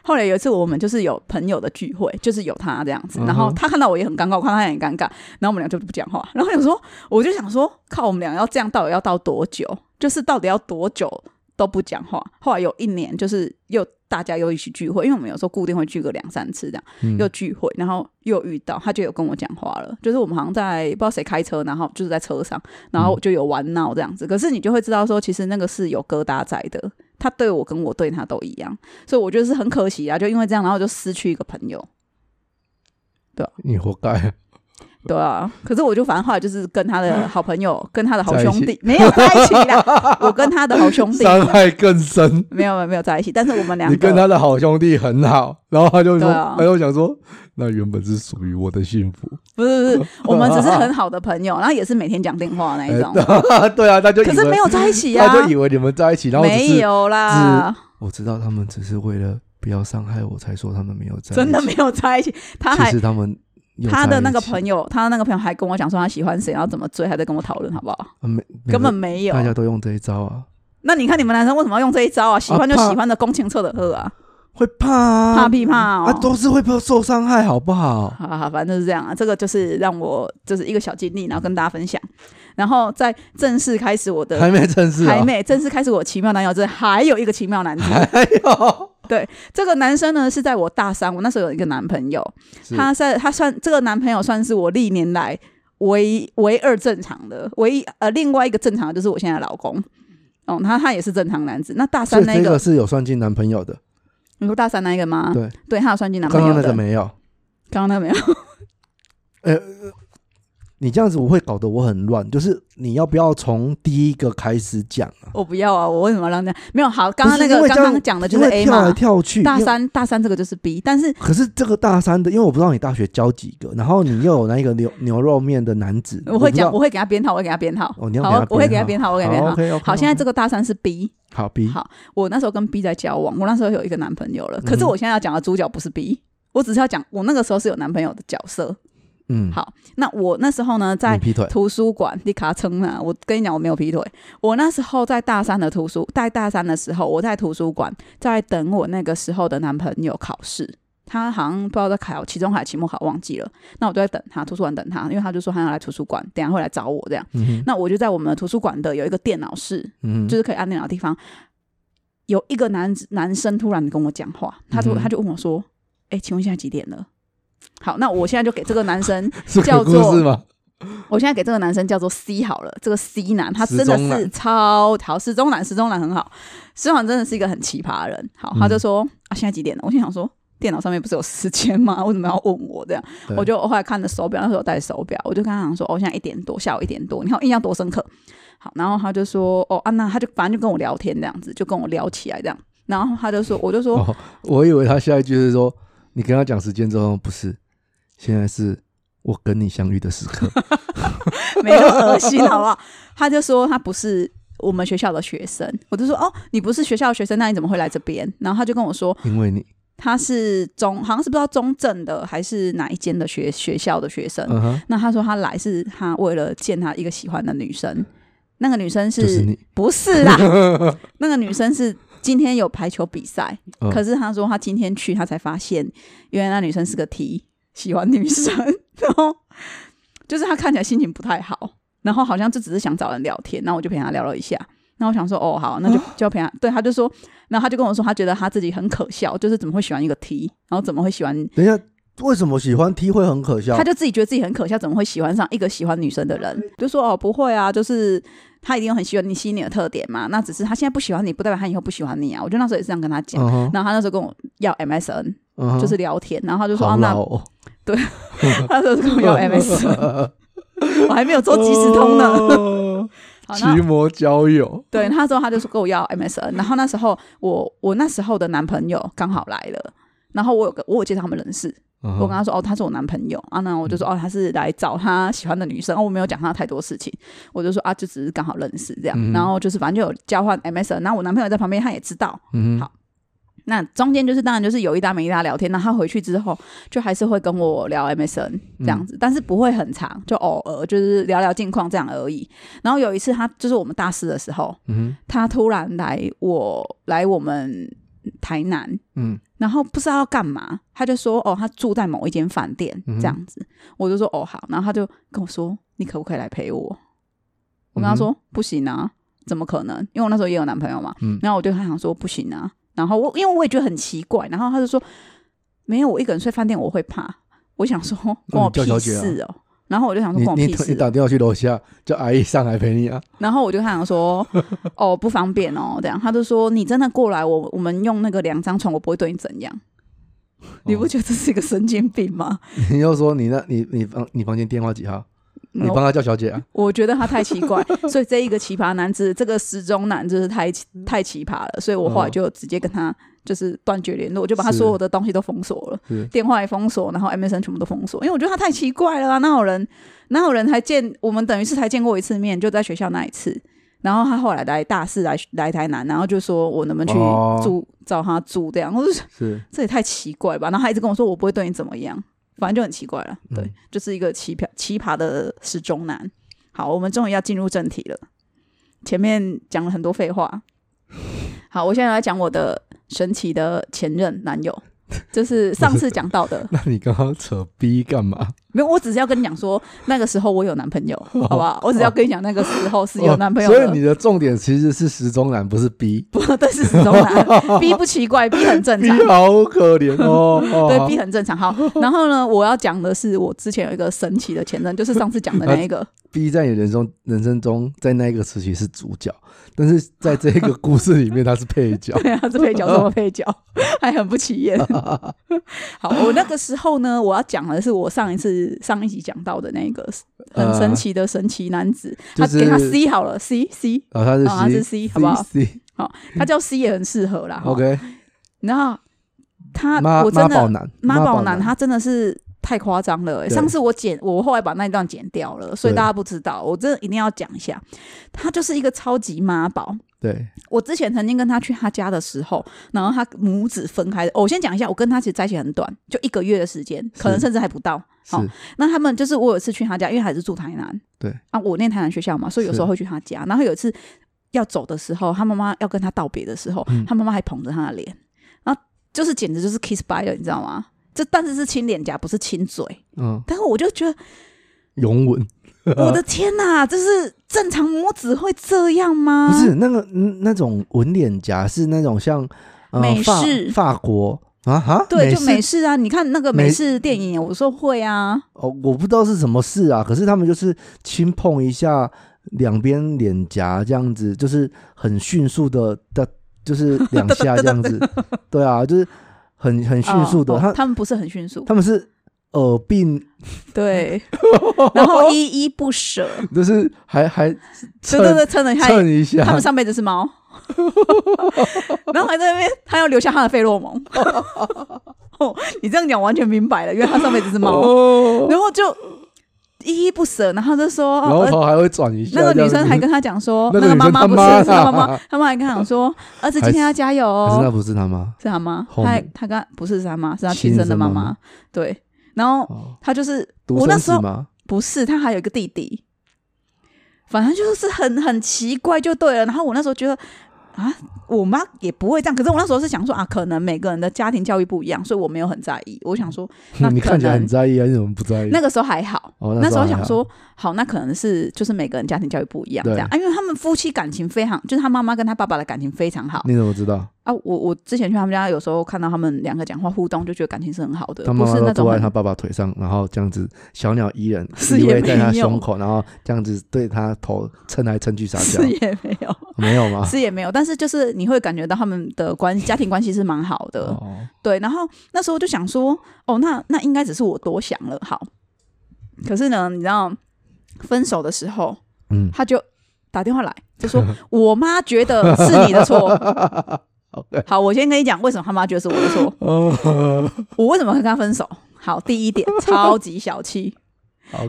S2: 后来有一次，我们就是有朋友的聚会，就是有他这样子
S1: 嗯，哼
S2: 然后他看到我也很尴尬，我看到他也很尴尬，然后我们俩就不讲话。然后我想说，我就想说，靠，我们俩要这样到底要到多久？就是到底要多久都不讲话？后来有一年，就是又大家又一起聚会，因为我们有时候固定会聚个两三次这样，
S1: 嗯
S2: 又聚会，然后又遇到，他就有跟我讲话了，就是我们好像在不知道谁开车，然后就是在车上，然
S1: 嗯
S2: 后就有玩闹这样子。可是你就会知道说，其实那个是有疙瘩在的，他对我跟我对他都一样，所以我觉得是很可惜啊，就因为这样，然后就失去一个朋友。
S1: 你活该啊。
S2: 对啊，可是我就反正后来就是跟他的好朋友，跟他的好兄
S1: 在
S2: 弟没有在一起 啦，我跟他的好兄弟
S1: 伤害更深。
S2: 没有没有没有在一起，但是我们两
S1: 你
S2: 个
S1: 跟他的好兄弟很好，然后他就说，
S2: 对啊
S1: 他就想说，那原本是属于我的幸福。
S2: 不是不是，我们只是很好的朋友，然后也是每天讲电话那一种，
S1: 哎 对啊，他就以
S2: 可是没
S1: 为
S2: 有在一起啊
S1: 他，就以为你们在一起，然后只
S2: 没
S1: 是
S2: 有啦，
S1: 我知道他们只是为了不要伤害我才说他们没有在一起，
S2: 真的没有在一起。他
S1: 其
S2: 还
S1: 实他们有
S2: 他
S1: 在
S2: 的
S1: 一
S2: 那个
S1: 起
S2: 朋友，他的那个朋友还跟我讲说他喜欢谁，然后怎么追，还在跟我讨论好不好？
S1: 啊没没
S2: 根
S1: 有
S2: 本没有
S1: 大。家都用这一招啊，
S2: 那你看你们男生为什么要用这一招啊？喜欢就
S1: 怕
S2: 喜欢的，公情测的喝啊，
S1: 会怕啊，
S2: 怕屁怕
S1: 啊，
S2: 哦。
S1: 都是会怕受伤害，好不好？
S2: 好好好，反正就是这样啊。这个就是让我就是一个小经历，然后跟大家分享。然后在正式开始我的
S1: 还没正式啊，
S2: 还没正式开始我奇妙男友之前，还有一个奇妙 男子。
S1: 还有，
S2: 这个男生呢是在我大三，我那时候有一个男朋友，
S1: 是
S2: 他在他算这个男朋友算是我历年来唯唯二正常的，唯一呃另外一个正常的就是我现在的老公。哦，他他也是正常男子。那大
S1: 所
S2: 三
S1: 以
S2: 那
S1: 这
S2: 个，
S1: 个是有算进男朋友的，
S2: 你说大三那一个吗？
S1: 对，
S2: 他有算进男朋
S1: 刚
S2: 友
S1: 刚那
S2: 的。
S1: 个没有。
S2: 刚刚那个 没有。
S1: 你这样子我会搞得我很乱，就是你要不要从第一个开始讲啊？
S2: 我不要啊！我为什么要让这样？没有好，刚刚那
S1: 不是因
S2: 个
S1: 为
S2: 刚
S1: 这样
S2: 刚讲的就是
S1: 因为
S2: A
S1: 跳来
S2: 嘛，
S1: 跳去，
S2: 大
S1: 因为。
S2: 三大三这个就是 B，但是
S1: 可是这个大三的，因为我不知道你大学教几个，然后你又有那个牛牛肉面的男子，
S2: 我会讲，
S1: 我
S2: 我会给他编号，我会给他编号。
S1: 哦你要给他
S2: 好，我会给他
S1: 编
S2: 编号，我
S1: 不
S2: 会
S1: 知
S2: 给
S1: 道好
S2: 他编号。
S1: ，OK OK，
S2: 好，现在这个大三是 B，
S1: 好 B，
S2: 好，我那时候跟 B 在交往，我那时候有一个男朋友了，可
S1: 嗯
S2: 是
S1: 哼
S2: 我现在要讲的主角不是 B，、我只是要讲我那个时候是有男朋友的角色。
S1: 嗯，
S2: 好那我那时候呢，在
S1: 你劈腿，
S2: 图书馆，你卡称啊！我跟你讲，我没有劈腿。我那时候在大三的图书，在大三的时候，我在图书馆在等我那个时候的男朋友考试。他好像不知道在考期中考、期末考，忘记了。那我就在等他，图书馆等他，因为他就说他要来图书馆，等一下会来找我这样。
S1: 嗯哼
S2: 那我就在我们的图书馆的有一个电脑室，
S1: 嗯哼，
S2: 就是可以按电脑的地方，有一个男子男生突然跟我讲话，他
S1: 嗯
S2: 突
S1: 哼
S2: 他就问我说：“哎、请问现在几点了？”好，那我现在就给这个男生，
S1: 是
S2: 叫
S1: 鬼 故
S2: 做
S1: 事吗？
S2: 我现在给这个男生叫做 C 好了。这个 C 男他真的
S1: 时钟
S2: 是
S1: 男
S2: 超好，时钟男，时钟男很好，时钟男真的是一个很奇葩的人。好，他
S1: 嗯
S2: 就说、啊，现在几点了？我心想说，电脑上面不是有时间吗？为什么要问我这样？
S1: 对
S2: 我就我后来看了手表，那时候有戴手表，我就跟他讲说，哦，现在一点多，下午一点多，你看我印象多深刻。好，然后他就说，哦，啊，那他就反正就跟我聊天这样子，就跟我聊起来这样。然后他就说，我就说，
S1: 哦，我以为他下一句是说，你跟他讲时间之后，不是，现在是我跟你相遇的时 刻。
S2: 没有恶心，好不好？他就说他不是我哦们学校的学生，我就说哦，你不是学校的学生，那你怎么会来这边？然后他就跟我说，
S1: 因为你
S2: 他是中，好像是不知道中正的还是哪一间的学学校的学生。
S1: 嗯哼，
S2: 那他说他来是他为了见他一个喜欢的女生，那个女生是、
S1: 就是你，
S2: 不是啦？那个女生是今天有排球比赛，
S1: 嗯
S2: 可是他说他今天去，他才发现原来那女生是个 T，喜欢女生， 然后就是他看起来心情不太好，然后好像就只是想找人聊天，那我就陪他聊了一下。那我想说，哦，好，那就就陪他。对，他就说，然后他就跟我说，他觉得他自己很可笑，就是怎么会喜欢一个 T，然后怎么会喜欢，
S1: 等一下，为什么喜欢 T 会很可笑
S2: 他？就自己觉得自己很可笑，怎么会喜欢上一个喜欢女生的人？
S1: 嗯
S2: 就说哦，不会啊，就是他一定很喜欢你吸引你的特点嘛。那只是他现在不喜欢你，不代表他以后不喜欢你啊。我就那时候也是这样跟他讲。
S1: 嗯哼，
S2: 然后他那时候跟我要 MSN，
S1: 嗯哼，
S2: 就是聊天，然后他就说啊，
S1: 好
S2: 那
S1: 老哦，嗯
S2: 他那时候跟我要 MSN，我还没有做即时通呢。
S1: 哦呢，
S2: 好，然
S1: 奇
S2: 后
S1: 摩交友，
S2: 对，那时候他就说跟我要 MSN，然后那时候我我那时候的男朋友刚好来了，然后我有个我有介绍他们认识，
S1: 我
S2: 我跟他说哦，他是我男朋友啊，那我就说哦，他是来找他喜欢的女生，哦，我没有讲他太多事情，我就说啊，就只是刚好认识这样，
S1: 嗯
S2: 然后就是反正就有交换 MSN，然后我男朋友在旁边他也知道，
S1: 嗯哼
S2: 好那中间就是当然就是有一搭没一搭聊天，那他回去之后就还是会跟我聊 MSN
S1: 嗯
S2: 这样子，但是不会很长，就偶尔就是聊聊近况这样而已。然后有一次他就是我们大四的时候，
S1: 嗯
S2: 他突然来我来我们台南，
S1: 哼嗯
S2: 然后不知道要干嘛，他就说哦，他住在某一间饭店
S1: 嗯哼
S2: 这样子，我就说哦好，然后他就跟我说你可不可以来陪
S1: 嗯
S2: 我？我跟他说、不行啊，怎么可能？因为我那时候也有男朋友嘛，
S1: 嗯
S2: 然后我就跟他讲说不行啊，然后我因为我也觉得很奇怪，然后他就说没有，我一个人睡饭店我会怕，我想说关我
S1: 你叫
S2: 屁
S1: 小姐啊
S2: 事哦、然后我就想说
S1: 你
S2: 关
S1: 嗯
S2: 我
S1: 你
S2: 屁
S1: 你
S2: 事哦、
S1: 打电话去楼下，叫阿姨上来陪你啊。
S2: 然后我就跟他讲说，哦不方便哦，这样他就说你真的过来，我我们用那个两张床，我不会对你怎样，你不
S1: 哦
S2: 觉得这是一个神经病吗？
S1: 你又说你那你你房你房间电话几号？
S2: 嗯
S1: 你帮他叫小姐啊。
S2: 我觉得他太奇怪，所以这一个奇葩男子，这个时钟男就是太奇太奇葩了，所以我后来就直接跟他就是断绝联络，我就把他
S1: 是
S2: 所有的东西都封锁
S1: 是
S2: 了，电话也封锁，然后 MSN 全部都封锁，因为我觉得他太奇怪了啊！哪有人哪有人还见我们等于是才见过一次面，就在学校那一次。然后他后来来大四来来台南，然后就说我能不能去
S1: 哦
S2: 住、找他住这样，我就想
S1: 是，
S2: 这也太奇怪吧。然后他一直跟我说我不会对你怎么样，反正就很奇怪了。对，
S1: 嗯
S2: 就是一个奇葩奇葩的时钟男。好，我们终于要进入正题了。前面讲了很多废话，好，我现在来讲我的神奇的前任男友，这是上次讲到的
S1: 。那你刚刚扯逼干嘛？
S2: 没有，我只是要跟你讲说，那个时候我有男朋友， 好不好？我只要跟你讲，那个时候是有男朋友
S1: 哦
S2: 的。
S1: 所以你的重点其实是时钟男，不是逼。
S2: 不对，是时钟男，B 不奇怪，B 很 正
S1: 逼
S2: 常。
S1: 好可怜 哦。哦
S2: 对，B 很正常。好， 然后呢，我要讲的是我之前有一个神奇的前任，就是上次 讲的那一个。
S1: 逼在你人生人生中，在那个时期是主角，但是在这个故事里面他是配角。
S2: 对啊，这配角什么配角， 还很不起眼。 好，我那个时候呢，我要讲的是我上一次上一集讲到的那个很神奇的神奇男子，
S1: 呃就
S2: 他给他
S1: 是
S2: C 好了，C C，
S1: 然后他是
S2: 哦他是 C，好不好
S1: C
S2: 他叫 C 也很适合啦。哈
S1: OK，
S2: 然后他
S1: 妈
S2: 我
S1: 妈
S2: 真
S1: 宝
S2: 的
S1: 男，
S2: 妈宝男，
S1: 男
S2: 他真的是太夸张了、欸
S1: 对
S2: 上次我剪，我后来把那一段剪掉了，所以
S1: 对
S2: 大家不知道，我真的一定要讲一下，他就是一个超级妈宝。
S1: 对，
S2: 我之前曾经跟他去他家的时候，然后他母子分开的。哦我先讲一下，我跟他其实在一起很短，就一个月的时间，可能甚至还不到。
S1: 是
S2: 好那他们就是我有一次去他家，因为还是住台南，
S1: 对
S2: 啊，我念台南学校嘛，所以有时候会去他家。然后有一次要走的时候，他妈妈要跟他道别的时候，
S1: 嗯
S2: 他妈妈还捧着他的脸，然后就是简直就是 kiss by 了，你知道吗？这但是是亲脸颊，不是亲嘴。
S1: 嗯，
S2: 但是我就觉得，
S1: 拥吻。呃
S2: 我的天哪、这是正常母子会这样吗？
S1: 不是那个嗯那种吻脸颊是那种像呃
S2: 美
S1: 法
S2: 式
S1: 法国啊哈，
S2: 对，就
S1: 式
S2: 美式啊！你看那个
S1: 美
S2: 美式电影，我说会啊，
S1: 哦，我不知道是什么事啊，可是他们就是轻碰一下两边脸颊这样子，就是很迅速的的，就是两下这样 子，对啊，就是很很迅速的，
S2: 哦哦
S1: 他
S2: 他们不是很迅速，
S1: 他们是耳鬓，
S2: 对，然后依依不舍，
S1: 就是还还
S2: 对
S1: 蹭
S2: 对对，蹭了一下，
S1: 蹭一
S2: 他
S1: 下
S2: 们，上辈子是猫， 然后还在那边，他要留下他的费洛蒙。 哦，你这样讲完全明白了，因为他上辈子是猫，
S1: 哦，
S2: 然后就依依不舍，然后就说，
S3: 然后
S2: 哦、
S3: 头还会转一下。
S2: 那个女
S3: 这样
S2: 生
S3: 子
S2: 还跟他讲说，
S3: 那个
S2: 个
S3: 女
S2: 妈
S3: 生
S2: 妈
S3: 他
S2: 不是
S3: 妈
S2: 是他妈
S3: 啊
S2: 妈，他妈还跟他讲说，儿子今天要加油
S1: 可是那
S2: 哦，
S1: 不是他吗？
S2: 是他妈，
S1: 后
S2: 他还
S1: 面
S2: 他跟他不是是他妈，是他
S1: 亲
S2: 亲生的
S1: 生
S2: 妈
S1: 妈
S2: 妈
S1: 妈，
S2: 对，然后
S1: 哦，
S2: 他就是
S1: 独
S2: 我那
S1: 生
S2: 时
S1: 子
S2: 候
S1: 吗？
S2: 不是，他还有一个弟弟，反正就是很很奇怪就对了。然后我那时候觉得啊，我妈也不会这样，可是我那时候是想说啊，可能每个人的家庭教育不一样，所以我没有很在意。我想说 那
S1: 你
S2: 可
S1: 看起来很
S2: 能
S1: 在意啊，你怎么不在意？
S2: 那个时候还好，
S1: 哦
S2: 那时候
S1: 还
S2: 想
S1: 好，
S2: 说好，那可能是就是每个人家庭教育不一样
S1: 对
S2: 这样啊，因为他们夫妻感情非常，就是他妈妈跟他爸爸的感情非常好
S1: 你怎么知道？
S2: 啊。我我之前去他们家，有时候看到他们两个讲话互动，就觉得感情是很好的，
S1: 他
S2: 不
S1: 妈
S2: 是
S1: 妈
S2: 那
S1: 都
S2: 种
S1: 坐在
S2: 很
S1: 他爸爸腿上，然后这样子，小鸟依人
S2: 是
S1: 依
S2: 也
S1: 偎在他
S2: 没有
S1: 胸口，然后这样子对他头蹭来蹭去撒娇
S2: 是，也没有。
S1: 没有吗？
S2: 是也没有，但是就是你会感觉到他们的关系，家庭关系是蛮好的，
S1: 哦，
S2: 对。然后那时候就想说，哦，那那应该只是我多想了，好。可是呢，你知道，分手的时候
S1: 嗯，
S2: 他就打电话来，就说我妈觉得是你的 错。好，我先跟你讲为什么他妈觉得是我的错，
S3: 哦，
S2: 我为什么会跟他分手。好，第一点，超级小气。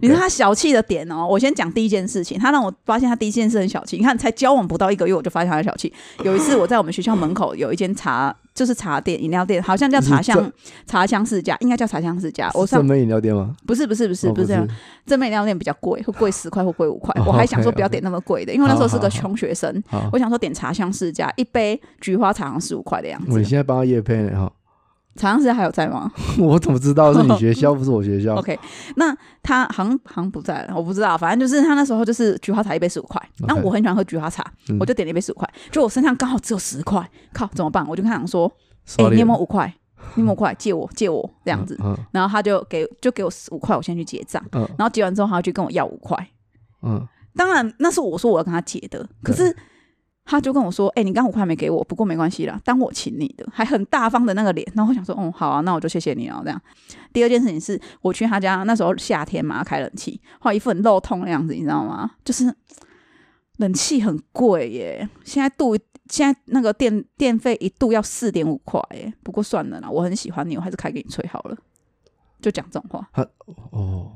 S2: 你知道他小气的点哦，我先讲第一件事情，他让我发现他第一件事很小气。你看，才交往不到一个月，我就发现他很小气。有一次我在我们学校门口有一间茶，就是茶店、饮料店，好像叫茶
S1: 是
S2: 香茶香世家，应该叫茶香世家。我
S1: 是正
S2: 上
S1: 面饮料店吗？
S2: 不是不是不是啊
S1: 哦
S2: 不是这样，正面饮料店比较贵，会贵十块或贵五块。我还想说不要点那么贵的，因为那时候是个穷学生，
S1: 好，
S2: 我想说点茶香世家，一杯菊花茶好像十五块的样
S1: 我
S2: 子。
S1: 现在帮他夜配呢哈，
S2: 茶香世家还有在吗？
S1: 我怎么知道是你学校不是我学校？
S2: OK，那他好像好像不在了，我不知道，反正就是他那时候就是菊花茶一杯十五块，那
S1: OK
S2: 我很喜欢喝菊花茶，
S1: 嗯
S2: 我就点了一杯十五块，就我身上刚好只有十块，靠，怎么办？我就跟他讲说，哎、
S1: Sorry
S2: 你有没有五块？你有没有五块？借我，借我这样子。
S1: 嗯
S2: 然后他就给就给我十五块，我先去结账，
S1: 嗯
S2: 然后结完之后他就跟我要五块，
S1: 嗯，
S2: 当然那是我说我要跟他结的，可是。他就跟我说：“哎、你刚五块没给我，不过没关系啦，当我请你的，还很大方的那个脸。”然后我想说：“嗯，好啊，那我就谢谢你了。”这样。第二件事情是我去他家，那时候夏天嘛，开冷气，后来一副很肉痛的样子，你知道吗？就是冷气很贵耶，现在度现在那个电电费一度要四点五块耶。不过算了啦，我很喜欢你，我还是开给你吹好了。就讲这种话，
S1: 哦，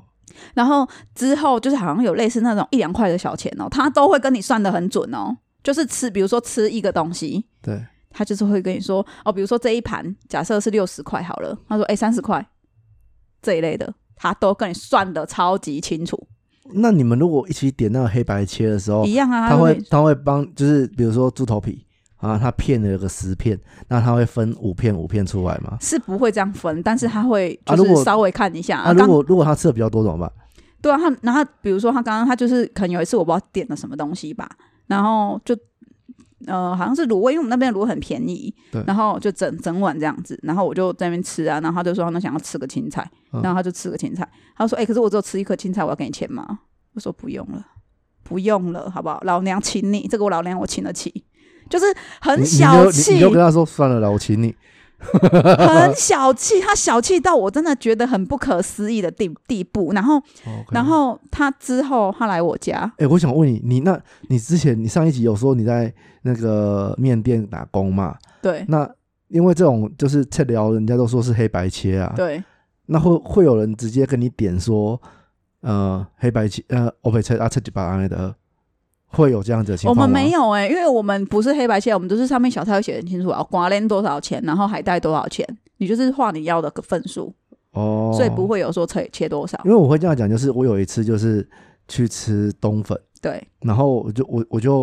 S2: 然后之后就是好像有类似那种一两块的小钱哦，他都会跟你算的很准哦。就是吃，比如说吃一个东西，
S1: 对，
S2: 他就是会跟你说哦，比如说这一盘假设是六十块好了，他说哎三十块这一类的，他都跟你算的超级清楚，
S1: 那你们如果一起点那个黑白切的时候
S2: 一，样
S1: 哦
S2: 啊。
S1: 他
S2: 就
S1: 会
S2: 跟你
S1: 他会帮，就是比如说猪头皮啊，他片了个十片，那他会分五片五片出来吗？
S2: 是不会这样分，但是他会
S1: 啊
S2: 就
S1: 如
S2: 是
S1: 果
S2: 稍微看一下。
S1: 啊，如
S2: 刚
S1: 果如果他吃的比较多怎么办？
S2: 对啊，他然后他比如说他刚刚他就是可能有一次我不知道点了什么东西吧，然后就呃好像是卤味，因为我们那边的卤味很便宜
S1: 对，
S2: 然后就整整碗这样子，然后我就在那边吃啊，然后他就说那想要吃个青菜，
S1: 嗯
S2: 然后他就吃个青菜，他说哎、欸可是我只有吃一颗青菜，我要给你钱吗？我说不用了，不用了，好不好？老娘请你，这个我老娘我请得起。就是
S1: 你
S2: 很
S1: 你就
S2: 小
S1: 你
S2: 气
S1: 你就，跟他说算了啦，我请你。
S2: 很小气，他小气到我真的觉得很不可思议的地地步。然
S1: 嗯
S2: 后，然后他之后他来我家，
S1: 哎、我想问你，你那你之前你上一集有说你在那个面店打工嘛？
S2: 对
S1: 那因为这种就是切聊，人家都说是黑白切啊。。
S2: 对，
S1: 那会会有人直接跟你点说，呃，黑白切，呃，我被切啊，切几把安的，会有这样子的情
S2: 我
S1: 况吗？
S2: 们没有哎、因为我们不是黑白切，我们都是上面小菜会写得很清楚啊，瓜链多少钱，然后海带多少钱，你就是画你要的个份数，
S1: 哦，
S2: 所以不。会有说切切多少。
S1: 因为我会这样讲，就是我有一次就是去吃冬粉，
S2: 对
S1: 然后我就我我就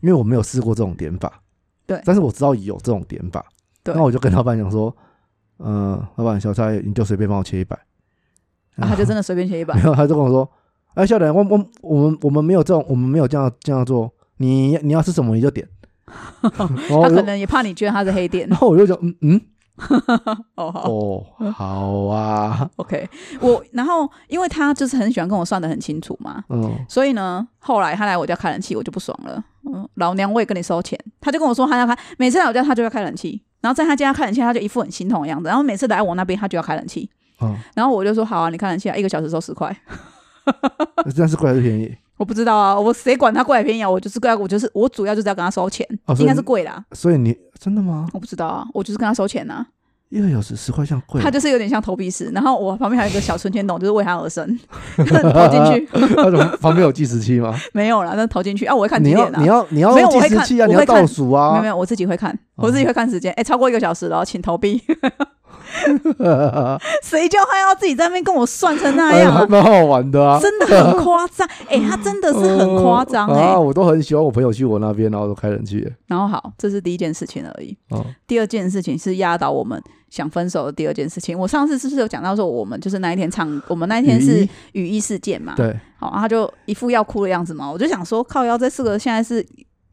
S1: 因为我没有试过这种点法，
S2: 对
S1: 但是我知道有这种点法，
S2: 对
S1: 那我就跟老板讲说，呃，老板小菜你就随便帮我切一百，
S2: 然啊后他就真的随便切一 百
S1: 没，有，他就跟我说，哎，笑脸，我我我们我们没有这种，我们没有这样这样做，你你要吃什么你就 点，然后
S2: 他
S1: 我
S2: 可
S1: 就
S2: 能也怕你觉得他是黑店
S1: 然后我就讲，嗯嗯，
S2: 哦。好
S1: 哦，好啊，
S2: OK，我然后因为他就是很喜欢跟我算的很清楚嘛，
S1: 嗯，
S2: 所以呢，后来他来我家开冷气，我就不爽了。嗯，老娘我也跟你收钱，他就跟我说他要开，每次来我家他就要开冷气，然后在他家开冷气，他就一副很心痛的样子，然后每次来我那边他就要开冷气，
S1: 嗯，
S2: 然后我就说好啊，你开冷气啊，一个小时收十块，
S1: 但是贵还是便宜，
S2: 我不知道啊，我谁管他贵还便宜啊，我就是贵啊，我就是我主要就是要跟他收钱，
S1: 哦所以
S2: 应该是贵啦，
S1: 所以你真的吗？
S2: 我不知道啊，我就是跟他收钱呐、
S1: 一个小时十块像贵哦，
S2: 它就是有点像投币式，然后我旁边还有一个小存钱筒，就是为它而生， 投进去
S1: 那种旁边有计时器吗？
S2: 没有啦，那投进去啊，我会看
S1: 你
S2: 几
S1: 要
S2: 点啊
S1: 你。要你要
S2: 没
S1: 用
S2: 有
S1: 计
S2: 我会
S1: 时
S2: 看
S1: 器啊，你
S2: 我
S1: 要
S2: 会看
S1: 倒数
S2: 没有没
S1: 啊。
S2: 有，我自己会看，
S1: 哦
S2: 我自己会看时间。哎、超过一个小时了，请 投币。谁叫他要自己在那边跟我算成那
S1: 哎，
S2: 样
S1: 还
S2: 啊？
S1: 蛮好玩的啊，
S2: 真的很夸张，哎、他真的是很夸张
S1: 嗯
S2: 哎
S1: 啊！。我都很喜欢我朋友去我那边，然后都开冷气耶。
S2: 然后好，这是第一件事情而已。
S1: 哦，
S2: 第二件事情是压倒我们想分手的第二件事情。我上次是不是有讲到说，我们就是那一天唱，我们那一天
S1: 雨
S2: 是
S1: 衣
S2: 雨衣事件嘛？
S1: 对，
S2: 好，然后他就一副要哭的样子嘛，我就想说，靠腰这四个现在是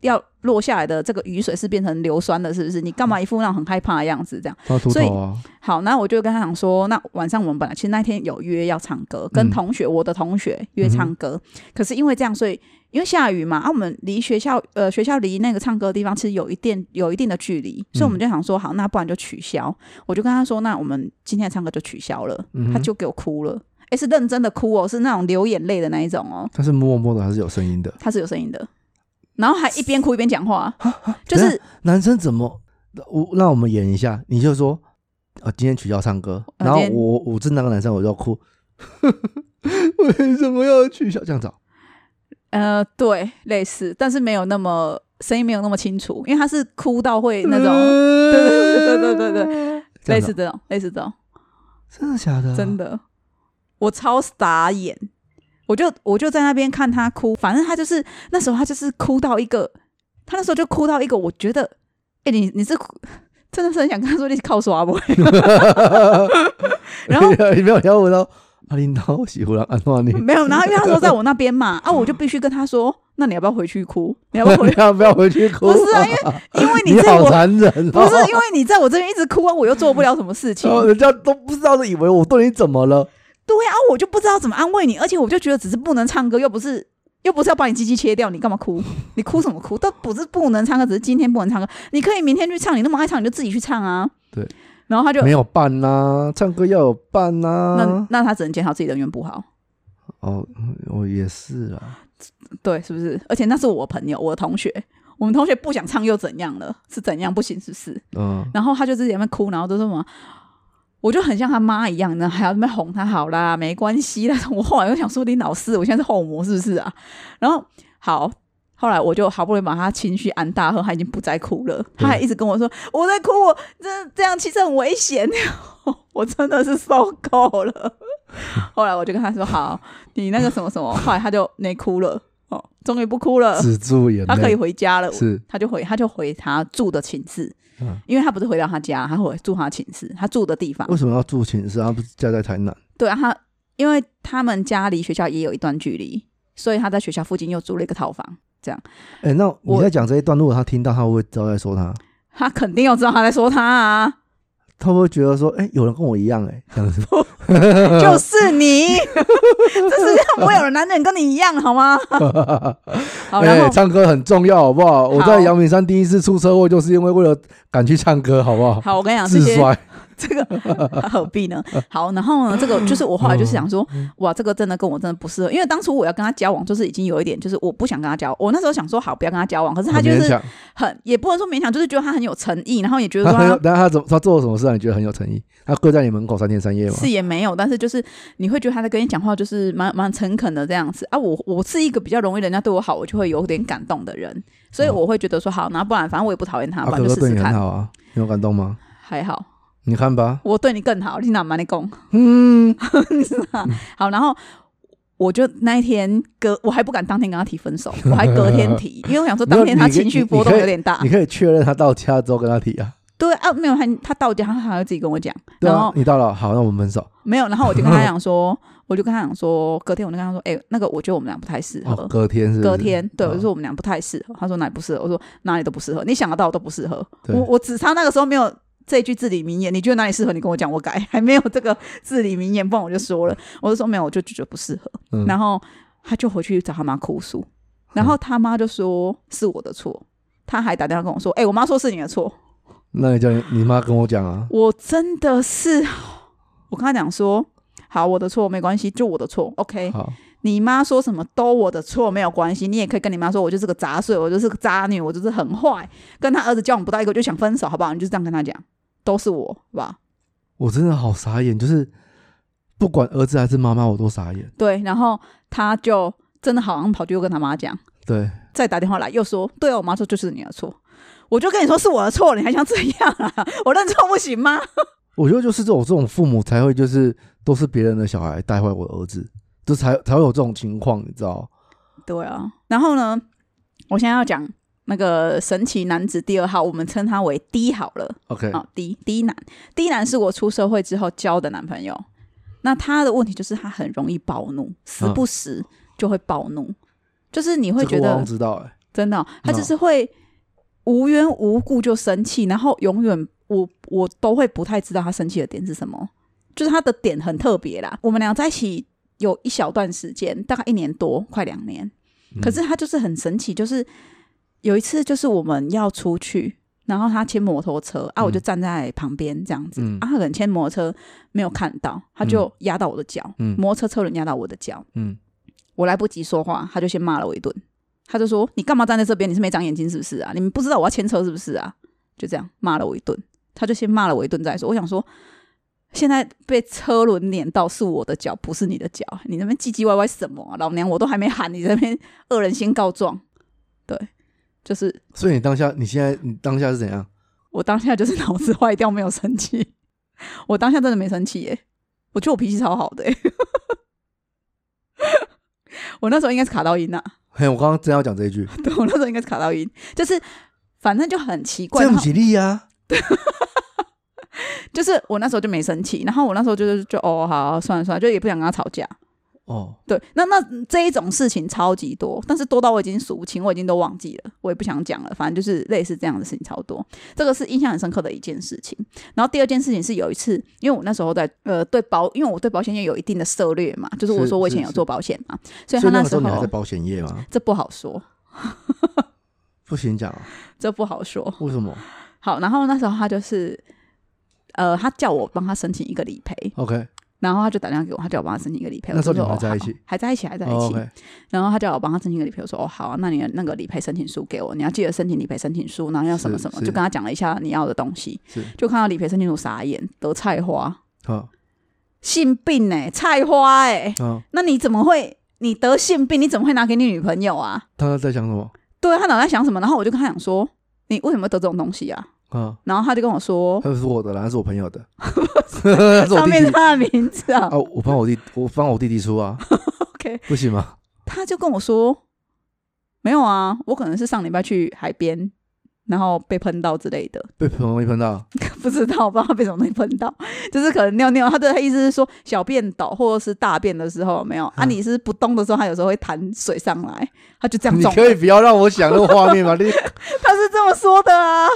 S2: 要落下来的这个雨水是变成硫酸的，是不是？你干嘛一副那种很害怕的样子？这样
S1: 他秃
S2: 所以
S1: 头啊，
S2: 好，那我就跟他讲说，那晚上我们本来其实那天有约要唱歌，跟
S1: 嗯
S2: 同学、我的同学约唱歌，可是因为这样，所以因为下雨嘛，啊，我们离学校呃学校离那个唱歌的地方其实有一定有一定的距离，所以
S1: 嗯
S2: 我们就想说，好，那不然就取消。我就跟他说，那我们今天的唱歌就取消了，
S1: 嗯哼
S2: 他就给我哭了，诶，是认真的哭哦，是那种流眼泪的那一种哦。
S1: 他是默默的还是有声音的？
S2: 他是有声音的，然后还一边哭一边讲话，就
S1: 等一
S2: 是
S1: 男生啊怎么？我让我们演一下，你就说，呃，今天取消唱歌，
S2: 啊
S1: 然后
S2: 今天
S1: 我我是那个男生，我就要哭，为什么要取消？这样子哦
S2: 呃，对，类似，但是没有那么声音没有那么清楚，因为他是哭到会那种
S1: 对
S2: 对对对对
S1: 对，嗯这样嗯
S2: 类
S1: 子
S2: 似
S1: 哦
S2: 这种，类似这种，
S1: 真的假的？
S2: 真的，我超傻眼，我就我就在那边看他哭，反正他就是那时候他就是哭到一个，他那时候就哭到一个，我觉得，哎、你你是哭真的是很想跟他说你是靠刷不？ 然后 嗯
S1: 你没有聊我到阿林刀喜欢安诺你，
S2: 没有，然后因为他说在我那边嘛，啊，我就必须跟他说，那你要不要回去哭？你要不要 回
S1: 你要不要回去哭？
S2: 不是啊，因为因为 你在
S1: 好
S2: 我
S1: 残忍哦，
S2: 不是因为你在我这边一直哭啊，我又做不了什么事 情。
S1: 哦人家都不知道，以为我对你怎么了？
S2: 对啊，我就不知道怎么安慰你，而且我就觉得只是不能唱歌，又不是又不是要把你鸡鸡切掉，你干嘛哭？ 你哭什么哭？都不是不能唱歌，只是今天不能唱歌。你可以明天去唱，你那么爱唱，你就自己去唱啊。
S1: 对。
S2: 然后他就
S1: 没有伴呐，唱歌要有啊伴
S2: 那
S1: 呐。
S2: 那他只能检讨自己人缘不好，
S1: 哦，我也是啊，
S2: 对，是不是？而且那是我朋友，我的同学，我们同学不想唱又怎样了？是怎样不行？是不是？
S1: 嗯，
S2: 然后他就自己在那边哭，然后就这么，我就很像他妈一样呢，还要在那边哄他好啦，没关系啦。我后来又想说，你老师，我现在是后母是不是啊？然后好。后来我就好不容易把他情绪安大后他已经不再哭了。他还一直跟我说：“我在哭，我这这样其实很危险。” 我真的是受够了。后来我就跟他说：“好，你那个什么什么。”后来他就没哭了，哦，终于不哭了，
S1: 止住眼
S2: 他可以
S1: 泪
S2: 回家了。
S1: 是
S2: 他就回他就回他住的寝室，
S1: 嗯
S2: 因为他不是回到他家，他回住他寝室，他住的地方
S1: 为。什么要住寝室？他不是家在台南？
S2: 对啊，他因为他们家离学校也有一段距离，所以他在学校附近又租了一个套房。
S1: 哎，那你
S2: 我
S1: 在讲这一段，如果他听到，他会不会知道在说他？
S2: 他肯定要知道他在说 他啊，
S1: 他会不会觉得说，哎，有人跟我一样，哎，这样子
S2: 就是你，这世界上不会有男人跟你一样好吗？好，然
S1: 哎，
S2: 后
S1: 唱歌很重要，好不好？我在阳明山第一次出车祸，就是因为为了赶去唱歌，好不好？
S2: 好，我跟你讲这
S1: 自
S2: 些
S1: 摔，
S2: 这个何必呢？好，然后呢，这个就是我后来就是想说，
S1: 嗯
S2: 哇，这个真的跟我真的不适合，因为当初我要跟他交往，就是已经有一点，就是我不想跟他交往。我那时候想说，好，不要跟他交往，可是他
S1: 啊很
S2: 就
S1: 勉
S2: 是
S1: 强。
S2: 很，也不能说勉强，就是觉得他很有诚意，然后也觉得
S1: 他
S2: 说
S1: 很有，
S2: 他
S1: 但他怎么他做了什么事让你觉得很有诚意？他跪在你门口三天三夜吗？
S2: 是也没有，但是就是你会觉得他在跟你讲话就是蛮蛮诚恳的这样子啊。我我是一个比较容易人家对我好，我就会有点感动的人，所以
S1: 哦
S2: 我会觉得说好，那不然反正我也不讨厌他，
S1: 啊
S2: 不然
S1: 哥哥
S2: 就试
S1: 对
S2: 试
S1: 你很
S2: 看。
S1: 好啊，你有感动吗？
S2: 还好，
S1: 你看吧，
S2: 我对你更好，你哪蛮你讲。 啊
S1: 嗯，
S2: 好，然后我就那一天隔，我还不敢当天跟他提分手，我还隔天提，因 为我想说当天他情绪波动有点大
S1: 你。可以确认他到家之后跟他提啊。
S2: 对啊，没有他，他到家他还会自己跟我讲，
S1: 对
S2: 然
S1: 啊
S2: 后，
S1: 你到了，好，那我们分手。
S2: 没有，然后我就跟他 讲说，我就跟他讲说，隔天我就跟他说，哎、那个我觉得我们俩不太适合。
S1: 哦，隔天是不是
S2: 隔天，对
S1: 哦
S2: 我就说我们俩不太适合。他说哪里不适合？我说哪里都不适合，你想得到的都不适合。
S1: 对
S2: 我我只差那个时候没有这句至理名言，你觉得哪里适合？你跟我讲，我改， 还没有这个至理名言，不然我就说了，我就说没有，我就就觉得不适合。
S1: 嗯
S2: 然后他就回去找他妈哭诉，然后他妈就说是我的错，他还打电话跟我说，哎、我妈说是你的错，
S1: 那你叫你你妈跟我讲啊，
S2: 我真的是， 我跟他讲说，好，我的错没关系，就我的错，OK，
S1: 好，
S2: 你妈说什么都我的错没有关系，你也可以跟你妈说，我就是个杂碎，我就是个渣女，我就是很坏，跟他儿子交往不到一个就想分手，好不好？你就这样跟他讲，都是我，好不好？
S1: 我真的好傻眼，就是不管儿子还是妈妈，我都傻眼。
S2: 对，然后他就真的好像跑去又跟他妈讲，
S1: 对，
S2: 再打电话来又说，对啊，我妈说就是你的错，我就跟你说是我的错，你还想怎样啊？ 我认错不行吗？
S1: 我觉得就是这种这种父母才会就是都是别人的小孩带坏我的儿子，就才才会有这种情况，你知道？
S2: 对啊，然后呢，我现在要讲那个神奇男子第二号，我们称他为 D 好了。
S1: OK，
S2: 哦，D D 男，D 男是我出社会之后交的男朋友。那他的问题就是他很容易暴怒，时不时就会暴怒，就是你会
S1: 嗯
S2: 觉
S1: 这个我好
S2: 得
S1: 像知道哎、
S2: 真的哦、他就是会无缘无故就生气，然后永远我我都会不太知道他生气的点是什么，就是他的点很特别啦。我们俩在一起有一小段时间，大概一年多，快两年，
S1: 嗯
S2: 可是他就是很神奇，就是有一次就是我们要出去，然后他牵摩托车啊，我就站在旁边这样子、
S1: 嗯
S2: 啊，他可能牵摩托车没有看到，他就压到我的脚，
S1: 嗯
S2: 摩托车车轮压到我的脚，
S1: 嗯，
S2: 我来不及说话，他就先骂了我一顿，他就说你干嘛站在这边？你是没长眼睛是不是啊？你们不知道我要牵车是不是啊？就这样骂了我一顿，他就先骂了我一顿再说。我想说。现在被车轮碾到是我的脚，不是你的脚。你那边唧唧歪歪什么啊、老娘我都还没喊，你这边恶人先告状。对，就是
S1: 所以你当下你现在你当下是怎样？
S2: 我当下就是脑子坏掉，没有生气。我当下真的没生气耶、我觉得我脾气超好的、耶 我那时候应该是卡到音啊，
S1: 嘿，我刚刚真要讲这一句，
S2: 对我那时候应该是卡到音，就是反正就很奇怪，
S1: 这
S2: 然
S1: 不
S2: 后
S1: 吉利啊呀、
S2: 就是我那时候就没生气，然后我那时候就是就哦好算了算了，就也不想跟他吵架。
S1: 哦，
S2: 对，那那这一种事情超级多，但是多到我已经数不清，我已经都忘记了，我也不想讲了。反正就是类似这样的事情超多，这个是印象很深刻的一件事情。然后第二件事情是有一次，因为我那时候在呃对保，因为我对保险业有一定的涉略嘛，就是我
S1: 是
S2: 说我以前
S1: 是
S2: 有做保险嘛，所以
S1: 所
S2: 他
S1: 以那个
S2: 时
S1: 时候你还
S2: 候
S1: 在保险业吗？
S2: 这不好说，
S1: 不行讲啊，
S2: 这不好说。
S1: 为什么
S2: 好，然后那时候他就是呃，他叫我帮他申请一个理赔，
S1: ？OK，
S2: 然后他就打电话给我，他叫我帮他申请一个理赔。
S1: 那时候
S2: 我
S1: 你
S2: 就说
S1: 们还在一起
S2: 哦好还在一起，还在一起。
S1: 哦，OK，
S2: 然后他叫我帮他申请一个理赔，我说哦好啊，那你的那个理赔申请书给我，你要记得申请理赔申请书，然后要什么
S1: 是
S2: 什么，
S1: 是
S2: 就跟他讲了一下你要的东西，
S1: 是
S2: 就看到理赔申请书傻眼，得菜花，
S1: 好，
S2: 性病哎、菜花哎、
S1: 好，
S2: 那你怎么会你得性病，你怎么会拿给你女朋友啊？
S1: 他在想什么？
S2: 对他脑袋想什么？然后我就跟他讲说，你为什么得这种东西啊？
S1: 啊，
S2: 然后他就跟我说，
S1: 他是我的啦，他是我朋友的， 他是我
S2: 上
S1: 弟
S2: 面是
S1: 弟
S2: 他的名字啊
S1: 啊，，我帮我弟，我帮我弟弟出啊
S2: OK
S1: 不行吗？
S2: 他就跟我说，没有啊，我可能是上礼拜去海边，然后被喷到之类的。
S1: 被朋友一碰到，
S2: 不知道，不知道被什么东西喷到， 就是可能尿尿，他的意思是说小便倒或者是大便的时候有没有啊，
S1: 嗯
S2: 你是不动的时候，他有时候会弹水上来，他就这 样
S1: 你
S2: 中，
S1: 可以不要让我想那个画 面吗？你
S2: 他是这么说的啊，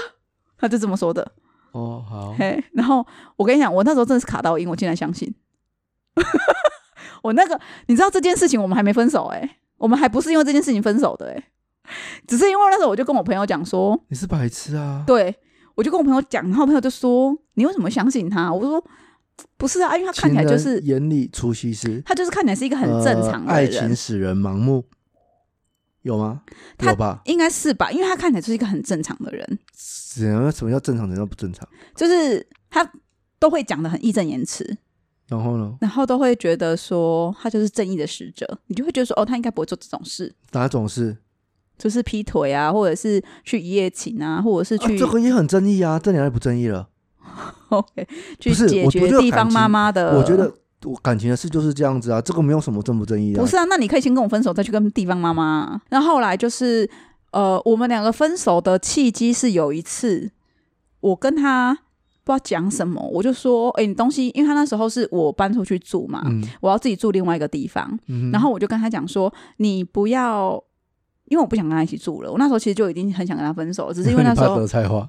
S2: 他就这么说的，
S1: 哦，好，
S2: 嘿，然后我跟你讲，我那时候真的是卡到音，我竟然相信， 我那个你知道这件事情我们还没分手哎、我们还不是因为这件事情分手的哎、只是因为那时候我就跟我朋友讲说，
S1: 你是白痴啊！
S2: 对，我就跟我朋友讲，然后我朋友就说：“你为什么相信他？”我说：“不是啊，因为他看起来就
S1: 情
S2: 是
S1: 人眼里出西施，
S2: 他就是看起来是一个很正常
S1: 呃
S2: 的
S1: 爱
S2: 人，
S1: 情使人盲目，有吗？
S2: 他
S1: 有吧？
S2: 应该是吧？因为他看起来就是一个很正常的人，
S1: 什么什么叫正常？什么叫不正常？
S2: 就是他都会讲的很义正言辞，
S1: 然后呢？
S2: 然后都会觉得说他就是正义的使者，你就会觉得说哦，他应该不会做这种事，
S1: 哪种是？
S2: 就是劈腿啊，或者是去一夜情啊，或者是
S1: 啊
S2: 去、
S1: 这个也很正义啊，这两就不正义了。
S2: OK 去
S1: 不是
S2: 解
S1: 我
S2: 决
S1: 我觉得
S2: 地
S1: 感
S2: 方
S1: 情
S2: 妈妈的，
S1: 我觉得我感情的事就是这样子啊，这个没有什么正不正义的啊、
S2: 不是啊，那你可以先跟我分手，再去跟地方妈妈啊。那后来就是，呃，我们两个分手的契机是有一次，我跟他不知道讲什么，我就说，哎、你东西，因为他那时候是我搬出去住嘛，
S1: 嗯，
S2: 我要自己住另外一个地方，
S1: 嗯哼
S2: 啊然后我就跟他讲说，你不要。因为我不想跟他一起住了，我那时候其实就已经很想跟他分手了，只是因为那
S1: 你
S2: 时
S1: 怕
S2: 候
S1: 得菜花，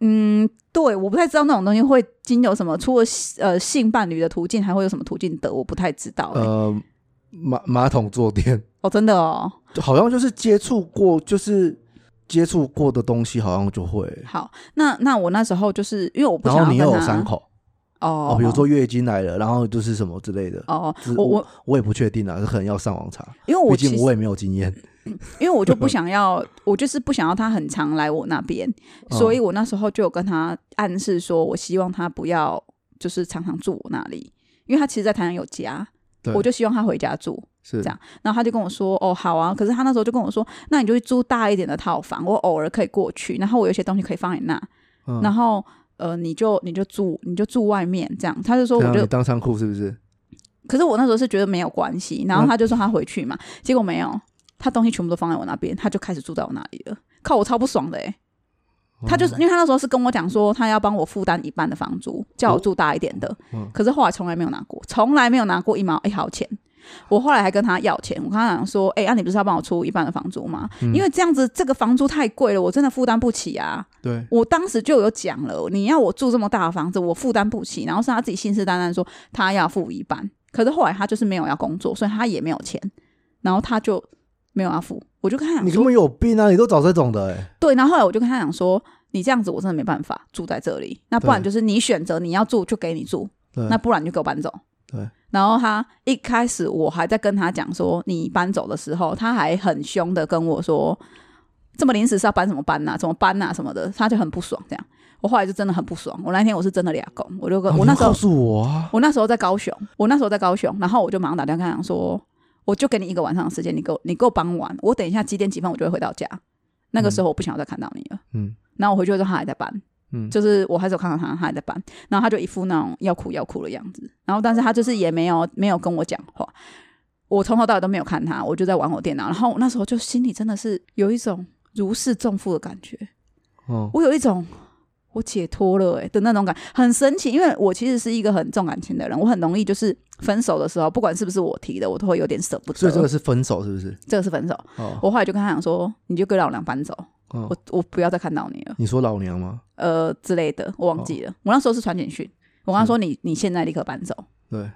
S2: 嗯，对，我不太知道那种东西会经由什么，除了呃性伴侣的途径，还会有什么途径的，我不太知道、欸
S1: 呃，马马桶坐垫，
S2: 哦，真的哦，
S1: 好像就是接触过，就是接触过的东西，好像就会。
S2: 好，那那我那时候就是因为我不
S1: 然
S2: 想要
S1: 后你
S2: 跟他
S1: 又有伤口
S2: 哦
S1: 哦，比如说月经来了，然后就是什么之类的。
S2: 哦
S1: 只，
S2: 我
S1: 我
S2: 我
S1: 我也不确定啊，这可能要上网查，
S2: 因为
S1: 毕
S2: 我其
S1: 竟
S2: 实
S1: 我也没有经验。
S2: 因为 我就不想要，我就是不想要他很常来我那边，
S1: 哦
S2: 所以我那时候就有跟他暗示说，我希望他不要就是常常住我那里，因为他其实，在台南有家，
S1: 对
S2: 我就希望他回家住。
S1: 是
S2: 这样然后他就跟我说：“哦，好啊。”可是他那时候就跟我说：“那你就去租大一点的套房，我偶尔可以过去，然后我有些东西可以放在那，
S1: 嗯
S2: 然后呃，你就你就住你就住外面这样。”他就说：“
S1: 这
S2: 我
S1: 样
S2: 就
S1: 啊你，当仓库是不是？
S2: 可是我那时候是觉得没有关系。”然后
S1: 嗯
S2: 他就说他回去嘛，结果没有，他东西全部都放在我那边，他就开始住在我那里了。靠，我超不爽的诶、
S1: 哦
S2: 他
S1: 嗯
S2: 就是因为他那时候是跟我讲说他要帮我负担一半的房租，叫我住大一点的，
S1: 嗯
S2: 可是后来从来没有拿过，从来没有拿过一毛一毫钱。我后来还跟他要钱，我跟他讲说，哎、那、你不是要帮我出一半的房租吗？
S1: 嗯
S2: 因为这样子这个房租太贵了，我真的负担不起啊。
S1: 对，
S2: 我当时就有讲了，你要我住这么大的房子，我负担不起。然后是他自己信誓旦旦说他要付一半，可是后来他就是没有要工作，所以他也没有钱，然后他就没有要付。我就跟他讲
S1: 你
S2: 说
S1: 根，本有病啊！你都找这种的、欸，
S2: 对，然后后来我就跟他讲说，你这样子我真的没办法住在这里，那不然
S1: 对
S2: 就是你选择你要住就给你住，
S1: 对，
S2: 那不然你就给我搬走。
S1: 对。
S2: 然后他一开始我还在跟他讲说你搬走的时候，他还很凶的跟我说，这么临时是要搬什么搬呐、怎么搬呐、什么的，他就很不爽这样。我后来就真的很不爽，我那天我是真的俩公，我就跟、
S1: 啊
S2: 我
S1: 你
S2: 那
S1: 要
S2: 时候
S1: 告诉我啊，
S2: 我那时候在高雄，我那时候在高雄，然后我就马上打电话跟他讲说，我就给你一个晚上的时间，你给我你给我帮完，我等一下几点几分我就会回到家。那个时候我不想要再看到你了。
S1: 嗯，
S2: 然后我回去的时候他还在搬，
S1: 嗯
S2: 就是我还是有看到他，他还在搬，然后他就一副那种要哭要哭的样子，然后但是他就是也没有没有跟我讲话，我从头到尾都没有看他，我就在玩我电脑，然后我那时候就心里真的是有一种如释重负的感觉，
S1: 哦，
S2: 我有一种我解脱了哎、欸的那种感，很神奇。因为我其实是一个很重感情的人，我很容易就是分手的时候，不管是不是我提的，我都会有点舍不得。
S1: 所以这个是分手是不是？
S2: 这个是分手。
S1: 哦，
S2: 我后来就跟他讲说，你就跟老娘搬走，
S1: 哦
S2: 我我不要再看到你了，
S1: 你说老娘吗？
S2: 呃之类的，我忘记
S1: 哦
S2: 了。我那时候是传简讯，我跟他
S1: 嗯
S2: 说你你现在立刻搬走。
S1: 对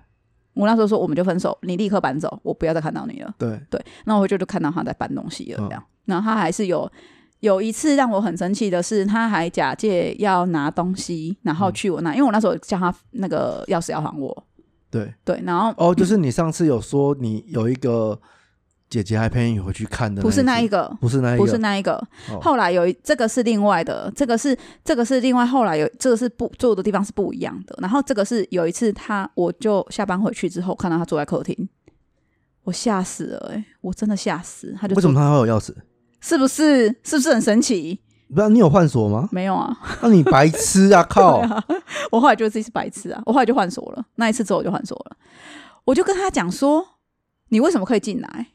S2: 我那时候说我们就分手，你立刻搬走，我不要再看到你了。
S1: 对，
S2: 那我就就看到他在搬东西了，
S1: 嗯
S2: 这样。然后他还是有有一次让我很生气的是，他还假借要拿东西，
S1: 嗯
S2: 然后去我那，因为我那时候叫他那个钥匙要还我，
S1: 对，
S2: 对，然后
S1: 哦，就是你上次有说你有一个姐姐还陪你回去看的，
S2: 不是那一
S1: 个，
S2: 个。
S1: 不是那一个，
S2: 不是那一个，
S1: 哦
S2: 后来有一这个是另外的，这个是这个是另外后来有这个是不住的地方是不一样的。然后这个是有一次他我就下班回去之后看到他坐在客厅，我吓死了哎、欸我真的吓死，他就
S1: 为什么
S2: 坐
S1: 他会有钥匙？
S2: 是不是是不是很神奇？
S1: 不知道你有换锁吗？
S2: 没有啊，
S1: 那你白痴 啊！靠，
S2: 我后来觉得自己是白痴啊，我后来就换锁了。那一次之后我就换锁了，我就跟他讲说，你为什么可以进来？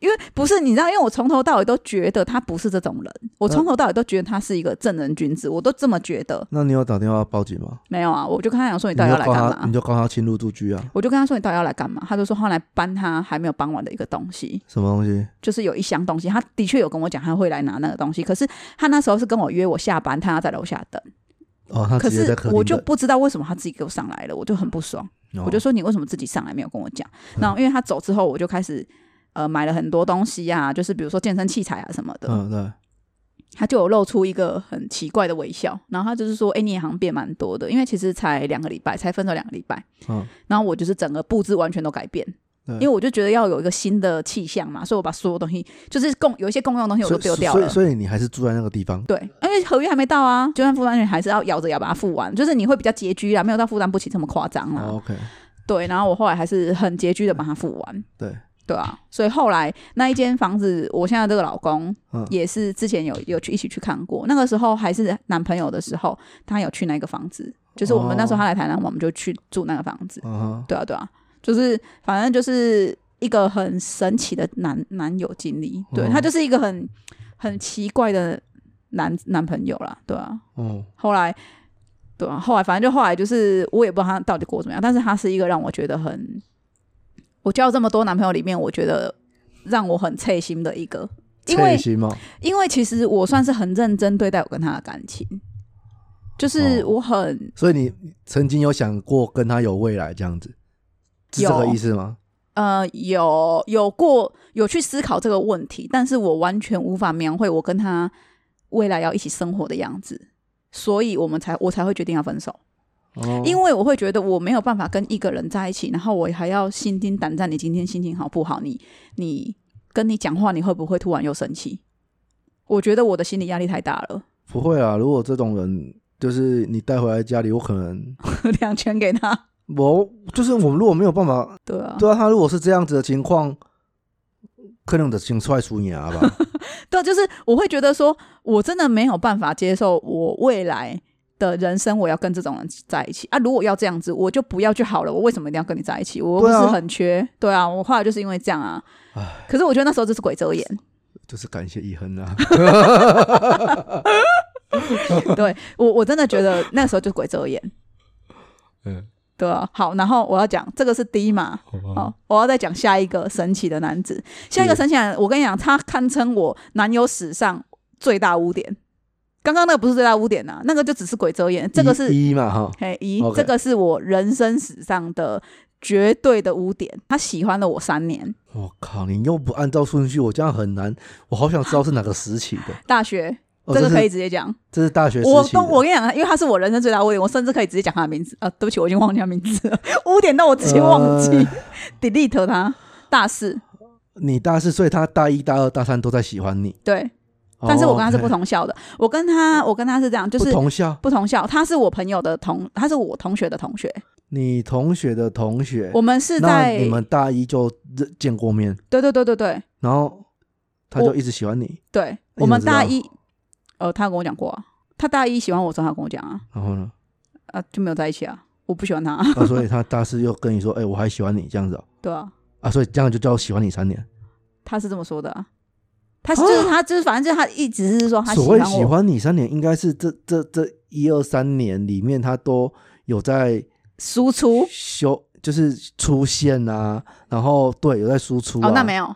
S2: 因为不是你知道，因为我从头到尾都觉得他不是这种人，我从头到尾都觉得他是一个正人君子，我都这么觉得。
S1: 那你有打电话报警吗？
S2: 没有啊，我就跟他讲说，你
S1: 你
S2: 到
S1: 就
S2: 底要来
S1: 告
S2: 干
S1: 他，
S2: 嘛
S1: 你？就告他侵入住居啊？
S2: 我就跟他说，你到底要来干嘛？他就说他来搬他还没有搬完的一个东西，
S1: 什么东西？
S2: 就是有一箱东西。他的确有跟我讲他会来拿那个东西，可是他那时候是跟我约我下班，他要在楼下等。
S1: 哦，他
S2: 可
S1: 直接在
S2: 是
S1: 客厅
S2: 我就
S1: 等
S2: 不知道为什么他自己给我上来了，我就很不爽。
S1: 哦嗯
S2: 我就说你为什么自己上来没有跟我讲？然后因为他走之后，我就开始呃买了很多东西啊，就是比如说健身器材啊什么的。
S1: 嗯对，
S2: 他就有露出一个很奇怪的微笑，然后他就是说：“哎、你也好像变蛮多的，因为其实才两个礼拜，才分手两个礼拜。”
S1: 嗯，
S2: 然后我就是整个布置完全都改变，
S1: 对
S2: 因为我就觉得要有一个新的气象嘛，所以我把所有东西就是共有一些共用的东西我
S1: 所
S2: 都
S1: 以
S2: 丢掉
S1: 所以
S2: 了。
S1: 所以你还是住在那个地方，
S2: 对，因为合约还没到啊，就算负担你还是要咬着牙把它付完，就是你会比较拮据啦，没有到负担不起这么夸张啦。
S1: 哦 OK，
S2: 对，然后我后来还是很拮据的把它付完。
S1: 对，
S2: 对啊，所以后来那一间房子，我现在这个老公
S1: 嗯
S2: 也是之前有有去一起去看过，那个时候还是男朋友的时候，他有去那个房子，就是我们那时
S1: 哦
S2: 候他来台南，我们就去住那个房子。
S1: 嗯哼，
S2: 对啊，对啊，就是反正就是一个很神奇的男男友经历，对、
S1: 哦
S2: 他就是一个很很奇怪的男男朋友啦，对啊，
S1: 哦，
S2: 后来，对啊，后来反正就后来就是我也不知道他到底过得怎么样，但是他是一个让我觉得很，我交这么多男朋友里面，我觉得让我很刺心的一个，因为
S1: 切心嘛，
S2: 因为其实我算是很认真对待我跟他的感情，就是
S1: 哦
S2: 我很、
S1: 所以你曾经有想过跟他有未来这样子，是这个
S2: 有
S1: 意思吗？哦
S2: 呃有有过有去思考这个问题，但是我完全无法描绘我跟他未来要一起生活的样子，所以我们才我才会决定要分手。
S1: 哦，
S2: 因为我会觉得我没有办法跟一个人在一起，然后我还要心惊胆战。你今天心情好不好？你你跟你讲话，你会不会突然又生气？我觉得我的心理压力太大了，
S1: 不会啊，如果这种人就是你带回来家里，我可能
S2: 两拳给他。
S1: 我就是我们如果没有办法，
S2: 对啊，
S1: 对啊，他如果是这样子的情况，可能得先踹出 牙啊吧。
S2: 对，啊就是我会觉得说，我真的没有办法接受我未来的人生，我要跟这种人在一起啊！如果要这样子，我就不要就好了。我为什么一定要跟你在一起？我又不是
S1: 对啊
S2: 很缺，对啊，我后来就是因为这样啊
S1: 唉。
S2: 可是我觉得那时候就是鬼遮眼，
S1: 就是感谢一恒 啊，
S2: 对我我真的觉得那时候就是鬼遮眼，
S1: 嗯，
S2: 对啊。好，然后我要讲这个是第一嘛，
S1: 好
S2: 好，我要再讲下一个神奇的男子。下一个神奇的男子，我跟你讲，他堪称我男友史上最大污点。刚刚那个不是最大污点呐、啊那个就只是鬼遮眼，这个是
S1: 一一嘛哈，
S2: 嘿咦
S1: OK
S2: 这个是我人生史上的绝对的污点。他喜欢了我三年，
S1: 我靠，你又不按照顺序，我这样很难，我好想知道是哪个时期的。
S2: 大学、
S1: 哦、
S2: 这个
S1: 是
S2: 可以直接讲。
S1: 这是大学时期的。
S2: 我都我跟你讲，因为他是我人生最大污点，我甚至可以直接讲他的名字啊、对不起，我已经忘记他名字了， 污点到我直接忘记、
S1: 呃
S2: delete 他。大四
S1: 你大四，所以他大一、大二、大三都在喜欢你。
S2: 对，但是我跟他是 不
S1: 哦
S2: 同校的，我跟他我跟他是这样，就
S1: OK，
S2: 是
S1: 不同校，
S2: 不同校，他是我朋友的同，他是我同学的同学，
S1: 你同学的同学，
S2: 我们是
S1: 哎那
S2: 在
S1: 你们大一就认见过面，
S2: 对对对对对
S1: 然后他就
S2: 我
S1: 一直喜欢你，
S2: 对，
S1: 你
S2: 我们
S1: 怎么知道
S2: 大一，呃，他跟我讲过、啊，他大一喜欢我之后，他跟我讲啊，
S1: 然后呢，
S2: 啊就没有在一起啊，我不喜欢他、 啊，
S1: 啊，所以他大四又跟你说，哎、我还喜欢你这样子、哦、
S2: 对啊，
S1: 啊，所以这样就叫喜欢你三年。
S2: 他是这么说的啊，他就是他就是反正就是他一直是说哦他喜
S1: 所
S2: 欢
S1: 谓
S2: 我，
S1: 喜欢你三年，应该是这这这一二三年里面，他都有在
S2: 输出
S1: 修，就是出现啊，然后对，有在输出、啊。
S2: 哦，那没有。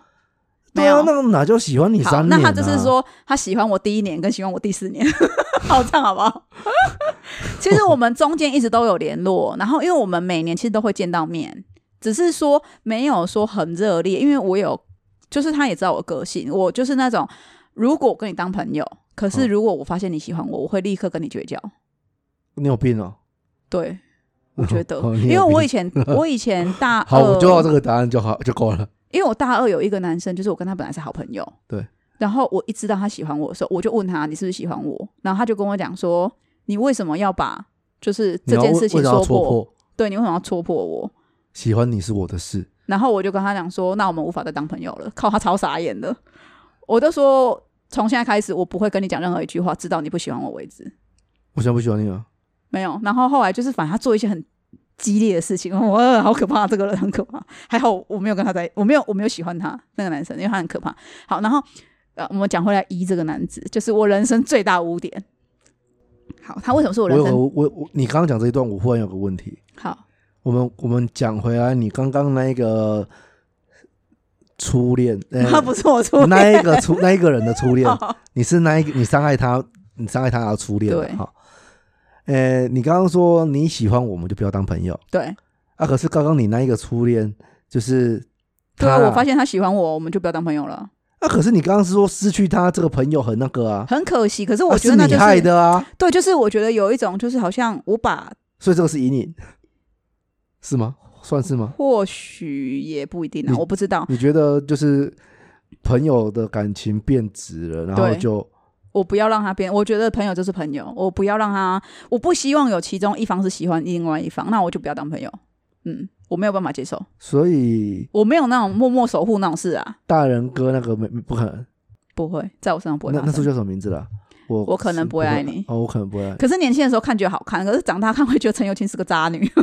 S2: 没
S1: 对啊
S2: 有，，
S1: 那哪叫喜欢你
S2: 好，
S1: 三年、
S2: 那
S1: 啊？
S2: 他就是说他喜欢我第一年跟喜欢我第四年，好这样好不好？ 其实我们中间一直都有联络，然后因为我们每年其实都会见到面，只是说没有说很热烈，因为我有就是他也知道我个性，我就是那种如果我跟你当朋友，可是
S1: 嗯
S2: 如果我发现你喜欢我，我会立刻跟你绝交。
S1: 你有病哦。
S2: 对，我觉 得，
S1: 哦你
S2: 因为
S1: 有
S2: 我
S1: 病
S2: 以前呃我以前大
S1: 好，
S2: 二
S1: 我就要这个答案就好就够了。
S2: 因为我大二有一个男生，就是我跟他本来是好朋友，
S1: 对。
S2: 然后我一知道他喜欢我的时候，我就问他你是不是喜欢我，然后他就跟我讲说，你为什么要把就是
S1: 你
S2: 这
S1: 要
S2: 件
S1: 为
S2: 事情
S1: 为什么
S2: 说
S1: 要戳破，
S2: 对，你为什么要戳破我？
S1: 喜欢你是我的事。
S2: 然后我就跟他讲说，那我们无法再当朋友了。靠，他超傻眼的，我就说从现在开始，我不会跟你讲任何一句话，直到你不喜欢我为止。
S1: 我喜欢不喜欢你啊？
S2: 没有。然后后来就是，反正他做一些很激烈的事情，我、呃、好可怕，这个人很可怕。还好我没有跟他在，我没有我没有喜欢他那个男生，因为他很可怕。好，然后呃，我们讲回来一这个男子，就是我人生最大污点。好，他为什么是我
S1: 我
S2: 人
S1: 有个
S2: 生
S1: 我我你刚刚讲这一段，我忽然有个问题。
S2: 好？
S1: 我们我们讲回来，你刚刚那一个初 恋，呃
S2: 他啊不是我错，
S1: 那一个初那一个人的初 恋，
S2: 好
S1: 你是那一个你伤害他，你伤害他的初恋嘛啊
S2: 对
S1: 哈。呃，你刚刚说你喜欢我们就不要当朋友
S2: 对，
S1: 啊，可是刚刚你那一个初恋就是
S2: 对
S1: 他
S2: 啊，
S1: 啦，
S2: 我发现他喜欢我，我们就不要当朋友了，
S1: 啊，可是你刚刚是说失去他这个朋友很那个啊，
S2: 很可惜。可是
S1: 啊
S2: 我
S1: 是
S2: 觉得那
S1: 你
S2: 就是、
S1: 害的啊，
S2: 对，就是我觉得有一种就是好像我把
S1: 所以这个是隐隐，是吗？算是吗？
S2: 或许也不一定啊，
S1: 你
S2: 我不知道，
S1: 你觉得就是朋友的感情变质了，然后
S2: 对
S1: 就
S2: 我不要让他变，我觉得朋友就是朋友，我不要让他，我不希望有其中一方是喜欢另外一方，那我就不要当朋友。嗯，我没有办法接受，
S1: 所以
S2: 我没有那种默默守护那种事啊，
S1: 大人哥那个没不可能，
S2: 不会在我身上不会
S1: 那
S2: 发
S1: 那
S2: 生
S1: 书。叫什么名字啦？我
S2: 我可能
S1: 是
S2: 不会爱你
S1: 哦，我可能不会爱你。
S2: 可是年轻的时候看觉得好看，可是长大看会觉得陈友清是个渣女。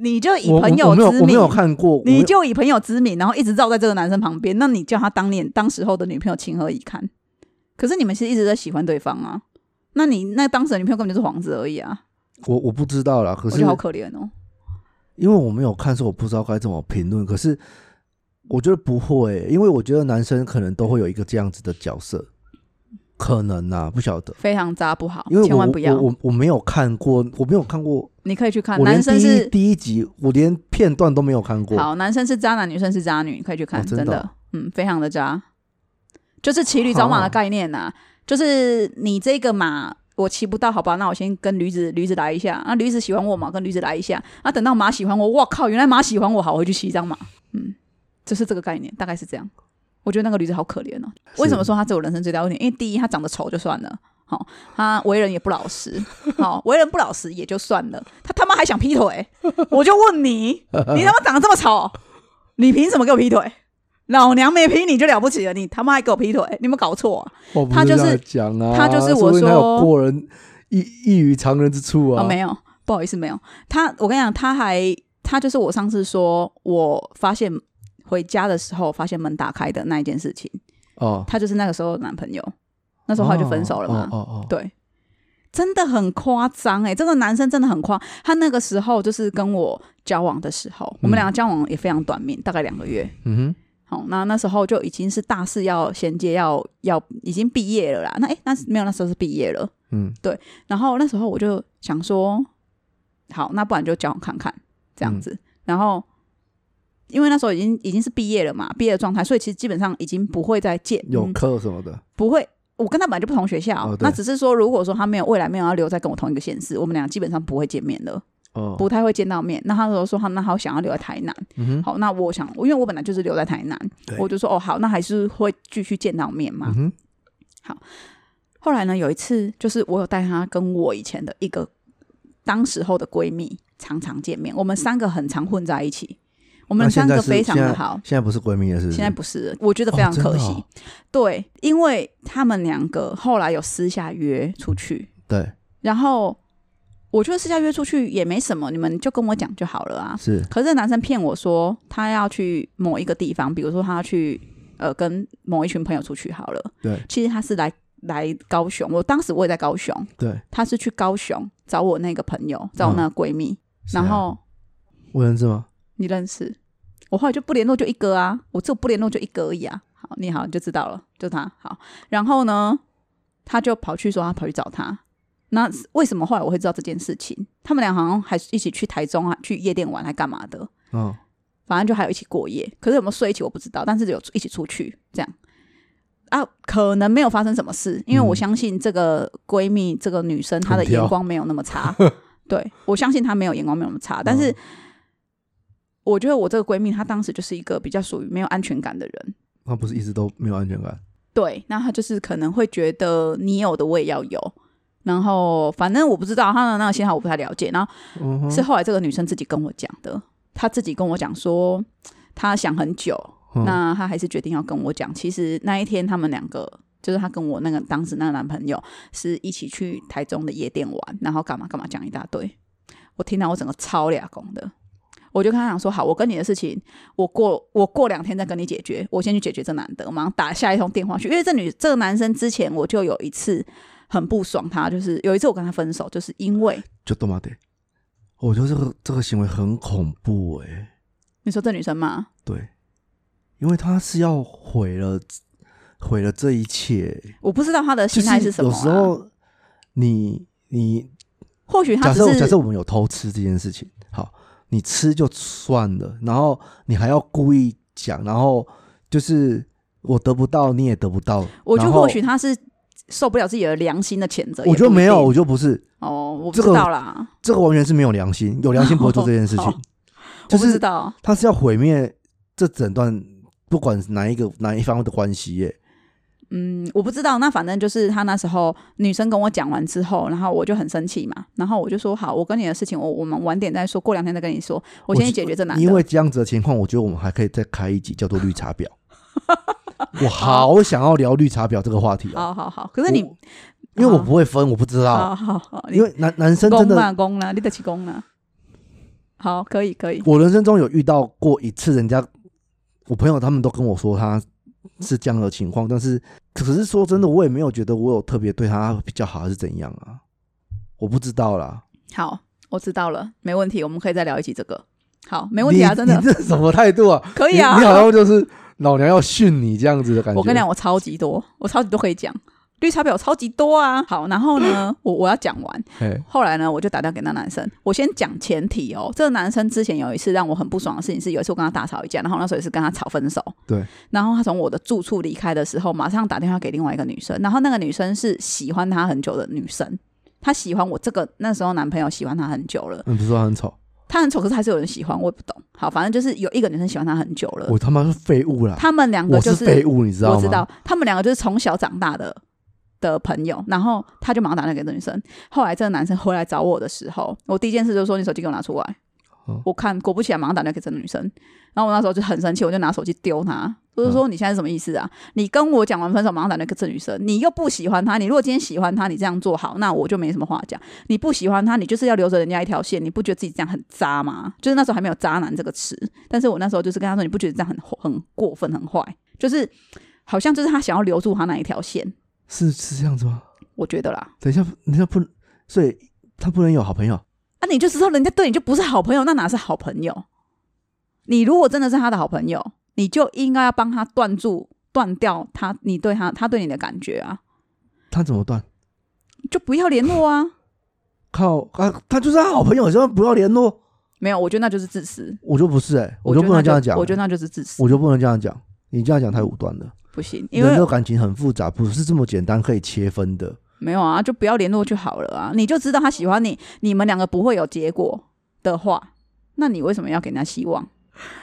S2: 你就以
S1: 我
S2: 朋友
S1: 我我没有
S2: 之
S1: 我没
S2: 名
S1: 有，看过，我没
S2: 你
S1: 有
S2: 就以朋友之名，然后一直绕在这个男生旁边，那你叫他当年当时候的女朋友情何以堪？可是你们是一直在喜欢对方啊，那你那当时的女朋友根本就是幌子而已啊，
S1: 我我不知道啦。可
S2: 我
S1: 是
S2: 觉得好可怜哦。
S1: 因为我没有看，所以我不知道该怎么评论。可是我觉得不会、因为我觉得男生可能都会有一个这样子的角色，可能啊，不晓得。
S2: 非常渣不好，
S1: 因为
S2: 千
S1: 我
S2: 万不要。
S1: 我我我没有看过，我没有看过，
S2: 你可以去看，
S1: 我连
S2: 啊男
S1: 第
S2: 生
S1: 一
S2: 是
S1: 第一集，我连片段都没有看过。
S2: 好，男生是渣男，女生是渣女，你可以去看，
S1: 哦
S2: 真
S1: 真的哦
S2: 嗯，非常的渣，就是骑驴找马
S1: 啊
S2: 的概念呐、啊就是你这个马。我骑不到，好吧，那我先跟驴子，驴子来一下。那、驴子啊喜欢我嘛，跟驴子来一下。那、等到马喜欢我，哇靠，原来马喜欢我，好，我回去骑一张马。嗯，就是这个概念，大概是这样。我觉得那个驴子好可怜哦。为什么说他是我人生最大优点？因为第一，他长得丑就算了，好、他为人也不老实，好、为人不老实也就算了，他他妈还想劈腿，我就问你，你他妈长得这么丑，你凭什么给我劈腿？老娘没劈你就了不起了，你他妈还给我劈腿，你有没有搞错啊？
S1: 我哦不
S2: 他就是
S1: 这样讲啊，
S2: 他就是
S1: 说
S2: 我
S1: 不定他有
S2: 说
S1: 过人异异于常人之处啊，
S2: 哦，没有，不好意思，没有。他，我跟你讲，他还他就是我上次说，我发现回家的时候发现门打开的那一件事情，
S1: 哦，
S2: 他就是那个时候的男朋友，那
S1: 那
S2: 时候后来就分手了嘛。
S1: 哦哦哦，
S2: 对，真的很夸张哎，这个男生真的很夸。他那个时候就是跟我交往的时候，我们两个交往也非常短命，大概两个月。
S1: 嗯
S2: 好、那那时候就已经是大四要衔接要要已经毕业了啦。那哎，那是没有，那时候是毕业了。
S1: 哼，嗯，
S2: 然后那时候我就想说，好，那不然就交往看看这样
S1: 嗯
S2: 子。然后因为那时候已经已经是毕业了嘛，毕业的状态，所以其实基本上已经不会再见，
S1: 有
S2: 嗯
S1: 课什么的，
S2: 不会。我跟他本来就不同学校，
S1: 哦对
S2: 那只是说，如果说他没有未来没有要留在跟我同一个县市，我们俩基本上不会见面了，
S1: 哦，
S2: 不太会见到面。那他那时候说他那他想要留在台南，
S1: 嗯哼，
S2: 好，那我想，因为我本来就是留在台南
S1: 对，
S2: 我就说哦好，那还是会继续见到面嘛。
S1: 嗯哼，
S2: 后来呢，有一次就是我有带她跟我以前的一个当时候的闺蜜常常见面，我们三个很常混在一起，我
S1: 我
S2: 们三个非常的好。
S1: 现在不是闺蜜了，是不是？
S2: 现在不是了，我觉得非常可惜。
S1: 哦真的哦
S2: 对，因为他们两个后来有私下约出去，
S1: 对，
S2: 然后我觉得私下约出去也没什么，你们就跟我讲就好了啊。
S1: 是
S2: 可是这男生骗我说他要去某一个地方，比如说他要去呃跟某一群朋友出去好了，
S1: 对
S2: 其实他是来来高雄，我当时我也在高雄，
S1: 对，
S2: 她是去高雄找我那个朋友，找我那个闺蜜，
S1: 谁啊
S2: 然后
S1: 我认识吗？
S2: 你认识，我后来就不联络就一个啊，我只有不联络就一个而已啊。好，你好你就知道了，就他好。然后呢，他就跑去说他跑去找他。那为什么后来我会知道这件事情？他们俩好像还一起去台中啊，去夜店玩还干嘛的？
S1: 嗯，
S2: 反正就还有一起过夜，可是有没有睡一起我不知道，但是有一起出去这样啊，可能没有发生什么事，因为我
S1: 嗯
S2: 相信这个闺蜜这个女生她的
S1: 很挑
S2: 眼光没有那么 差，对我相信她没有眼光没有那么啊差，但是
S1: 嗯
S2: 我觉得我这个闺蜜她当时就是一个比较属于没有安全感的人，
S1: 她不是一直都没有安全感，
S2: 对，那她就是可能会觉得你有的我也要有。然后，反正我不知道她的那个信号我不太了解。然后
S1: 嗯哼，
S2: 是后来这个女生自己跟我讲的，她自己跟我讲说，她想很久，
S1: 嗯
S2: 那他还是决定要跟我讲。其实那一天他们两个，就是他跟我那个当时那个男朋友，是一起去台中的夜店玩，然后干嘛干嘛讲一大堆。我听到我整个超俩公的，我就跟他讲说：“好，我跟你的事情，我过我过两天再跟你解决，我先去解决这男的。”我马上打下一通电话去，因为这女这个男生之前我就有一次很不爽他，就是有一次我跟他分手，就是因为
S1: 就多玛得，哦我觉得这个这个行为很恐怖哎、
S2: 你说这女生嘛，
S1: 对，因为他是要毁了毁了这一切、
S2: 我不知道她的
S1: 就
S2: 心态是什么、
S1: 有
S2: 啊。
S1: 时候你你
S2: 或许她
S1: 假
S2: 只
S1: 设
S2: 是
S1: 假设我们有偷吃这件事情，好，你吃就算了，然后你还要故意讲，然后就是我得不到你也得不到，
S2: 我觉得
S1: 然后
S2: 或许他是受不了自己的良心的谴责。
S1: 我觉得没有，
S2: 也不
S1: 我
S2: 一定
S1: 觉得不是，
S2: 哦，我不
S1: 这
S2: 知
S1: 个
S2: 道啦，
S1: 这个完全是没有良心，有良心不会做这件 事
S2: 好
S1: 情，就
S2: 我不知
S1: 是
S2: 道。
S1: 他是要毁灭这整段不管哪一个哪一方的关系耶，
S2: 嗯，我不知道。那反正就是他那时候女生跟我讲完之后，然后我就很生气嘛，然后我就说好，我跟你的事情我我们晚点再说，过两天再跟你说，我先去解决这男的。
S1: 因为这样子的情况，我觉得我们还可以再开一集叫做绿茶婊。 我好想要聊绿茶婊这个话题、哦，
S2: 好好好，可是你哦
S1: 我因为我不会分，我不知道，
S2: 好好好，
S1: 因为男男生真
S2: 攻
S1: 的，
S2: 啦攻啊啦，你得起攻啦。好，可以可以，
S1: 我人生中有遇到过一次，人家我朋友他们都跟我说他是这样的情况，但是可是说真的，我也没有觉得我有特别对他比较好还是怎样啊，我不知道啦，
S2: 好，我知道了，没问题，我们可以再聊一集这个。好，没问题啊，
S1: 你
S2: 真的
S1: 你这是什么态度啊？
S2: 可以啊
S1: 你，你好像就是老娘要训你这样子的感觉。
S2: 我跟你讲，我超级多，我超级多可以讲，绿茶婊超级多啊。好，然后呢，我我要讲完。
S1: 嘿，
S2: 后来呢，我就打电话给那男生，我先讲前提哦。这个男生之前有一次让我很不爽的事情是，有一次我跟他大吵一架，然后那时候也是跟他吵分手。
S1: 对。
S2: 然后他从我的住处离开的时候，马上打电话给另外一个女生，然后那个女生是喜欢他很久的女生，她喜欢我这个那时候男朋友喜欢她很久了。
S1: 嗯你不是说他很丑？
S2: 他很丑，可是还是有人喜欢，我也不懂。好，反正就是有一个女生喜欢他很久了，
S1: 我他妈是废物啦！
S2: 他们两个
S1: 我
S2: 就是
S1: 废物，你知道吗？
S2: 我知道，他们两个就是从小长大的的朋友，然后他就马上打电话给这女生。后来这个男生回来找我的时候，我第一件事就是说：“你手机给我拿出来。
S1: 嗯
S2: 我看果不其然，马上打电话给这个女生。然后我那时候就很生气，我就拿手机丢她，我就
S1: 嗯
S2: 说：“你现在是什么意思啊？你跟我讲完分手，马上打电话给这女生，你又不喜欢她。你如果今天喜欢她，你这样做好，那我就没什么话讲。你不喜欢她，你就是要留着人家一条线，你不觉得自己这样很渣吗？就是那时候还没有“渣男”这个词，但是我那时候就是跟他说：“你不觉得这样很很过分、很坏？”就是好像就是他想要留住他那一条线，
S1: 是是这样子吗？
S2: 我觉得啦。
S1: 等一下，等一下不，所以他不能有好朋友。
S2: 啊，你就知道人家对你就不是好朋友，那哪是好朋友？你如果真的是他的好朋友，你就应该要帮他断住、断掉他你对他他对你的感觉啊，
S1: 他怎么断？
S2: 就不要联络啊。
S1: 靠啊！他就是他好朋友，就不要联络。
S2: 没有，我觉得那就是自私。
S1: 我就不是哎、我
S2: 觉
S1: 就
S2: 得
S1: 不能
S2: 那
S1: 这样讲，
S2: 我觉得那就是自私，
S1: 我就不能这样讲。你这样讲太武断了。
S2: 不行，因
S1: 人
S2: 为
S1: 的感情很复杂，不是这么简单可以切分的。
S2: 没有啊，就不要联络就好了啊。你就知道他喜欢你，你们两个不会有结果的话，那你为什么要给人家希望？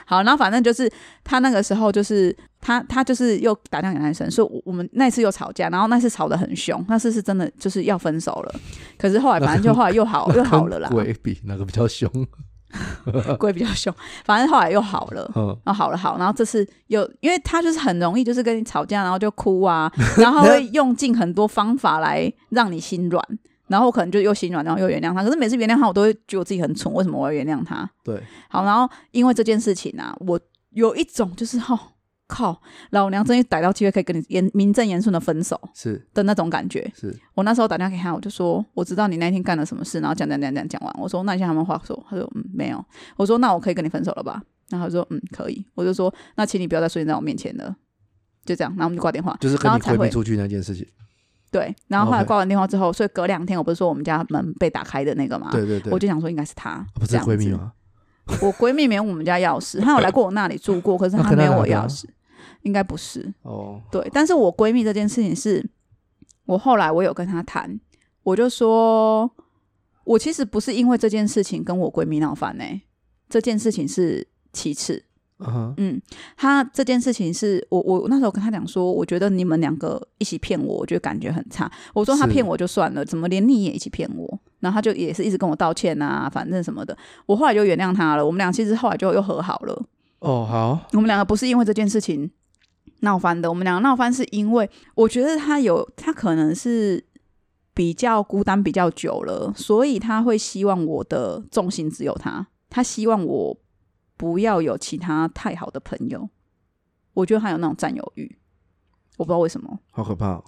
S2: 好，然后反正就是他那个时候就是他他就是又打电话给男生，所以我我们那次又吵架，然后那次吵得很凶，那次是真的就是要分手了。可是后来反正就后来又好又好 了啦，
S1: 鬼比那个比较 凶。
S2: 鬼比较凶，反正后来又好了。
S1: 嗯，
S2: 然后哦好了好，然后这次又因为他就是很容易就是跟你吵架，然后就哭啊，然后会用尽很多方法来让你心软，然后我可能就又心软，然后又原谅他。可是每次原谅他，我都会觉得我自己很蠢，为什么我要原谅他？
S1: 对，
S2: 好，然后因为这件事情啊，我有一种就是吼、靠，老娘终于逮到机会可以跟你言名正言顺的分手
S1: 是
S2: 的那种感觉。
S1: 是，
S2: 我那时候打电话给他，我就说我知道你那天干了什么事，然后讲讲讲讲讲完，我说那你现在有没有话说？他说嗯没有。我说那我可以跟你分手了吧？然后他说嗯可以。我就说那请你不要再出现在我面前了，就这样。然后我们就挂电话，
S1: 就是跟
S2: 然
S1: 你
S2: 后才
S1: 闺蜜
S2: 会
S1: 出去那件事情。
S2: 对。然后后来
S1: 哦 OK
S2: 挂完电话之后，所以隔两天我不是说我们家门被打开的那个嘛，
S1: 对对对，哦啊
S2: 啊我就想说应该是他，
S1: 不是
S2: 这样
S1: 闺蜜
S2: 子
S1: 吗？
S2: 我闺蜜没有我们家钥匙，她有来过我那里住过，可是
S1: 那
S2: 她
S1: 跟
S2: 没
S1: 她
S2: 有
S1: 哪
S2: 我
S1: 个啊
S2: 钥匙，应该不是。
S1: 哦，
S2: 对，但是我闺蜜这件事情是，我后来我有跟她谈，我就说，我其实不是因为这件事情跟我闺蜜闹翻呢、这件事情是其次，
S1: 嗯哼，
S2: 嗯，她这件事情是我我那时候跟她讲说，我觉得你们两个一起骗我，我觉得感觉很差。我说她
S1: 是
S2: 骗我就算了，怎么连你也一起骗我？然后她就也是一直跟我道歉啊，反正什么的。我后来就原谅她了，我们俩其实后来就又和好了。
S1: 哦，好，
S2: 我们两个不是因为这件事情闹翻的，我们两个闹翻是因为我觉得他有他可能是比较孤单比较久了，所以他会希望我的重心只有他，他希望我不要有其他太好的朋友。我觉得他有那种占有欲，我不知道为什么。
S1: 好可怕哦。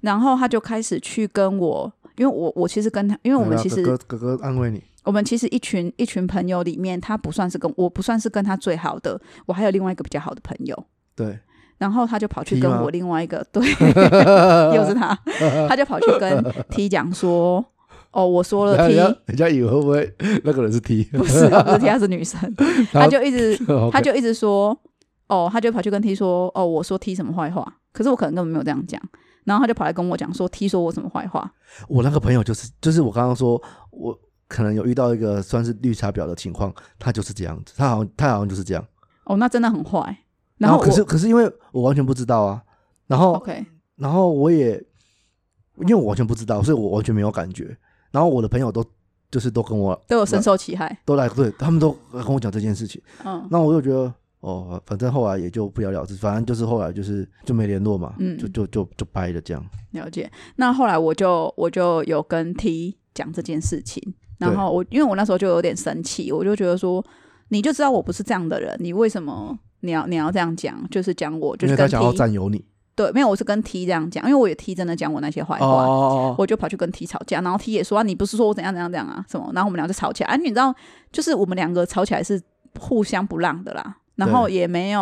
S2: 然后他就开始去跟我，因为我我其实跟他，因为我们
S1: 来啊
S2: 其实
S1: 哥哥哥哥安慰你，
S2: 我们其实一群一群朋友里面，他不算是跟我不算是跟他最好的，我还有另外一个比较好的朋友。
S1: 对，
S2: 然后他就跑去
S1: T
S2: 跟
S1: 吗
S2: 我另外一个 对，又是他，他就跑去跟 T 讲说，哦，我说了 T
S1: 人家人家以为会不会 那个人是 T？
S2: 不是不是 T，她是女生，
S1: 然
S2: 他
S1: 后
S2: 就一直
S1: OK
S2: 他就一直说，哦，他就跑去跟 T 说，哦，我说 T 什么坏话，可是我可能根本没有这样讲，然后他就跑来跟我讲说 T 说我什么坏话，
S1: 我那个朋友就是就是我刚刚说，我可能有遇到一个算是绿茶婊的情况，他就是这样子，他好像他好像就是这样。
S2: 哦，那真的很坏，
S1: 然
S2: 后我
S1: 可是可是因为我完全不知道啊，然后
S2: OK
S1: 然后我也因为我完全不知道，所以我完全没有感觉。然后我的朋友都就是都跟我
S2: 都有深受其害，
S1: 都来对，他们都跟我讲这件事情，
S2: 嗯
S1: 那我就觉得。哦，反正后来也就不了了之，反正就是后来就是就没联络嘛，
S2: 嗯
S1: 就就就就掰了这样。
S2: 了解。那后来我就我就有跟 T 讲这件事情，然后我因为我那时候就有点生气，我就觉得说，你就知道我不是这样的人，你为什么你要你要这样讲？就是讲我，就
S1: 因
S2: 是
S1: 为他
S2: 跟
S1: 想要
S2: T
S1: 占有你。
S2: 对，没有，我是跟 T 这样讲，因为我也 T 真的讲我那些坏
S1: 哦
S2: 话。
S1: 哦哦，
S2: 我就跑去跟 T 吵架，然后 T 也说、啊、你不是说我怎样怎样怎样啊什么，然后我们俩就吵起来。啊，你知道，就是我们两个吵起来是互相不让的啦，然后也没有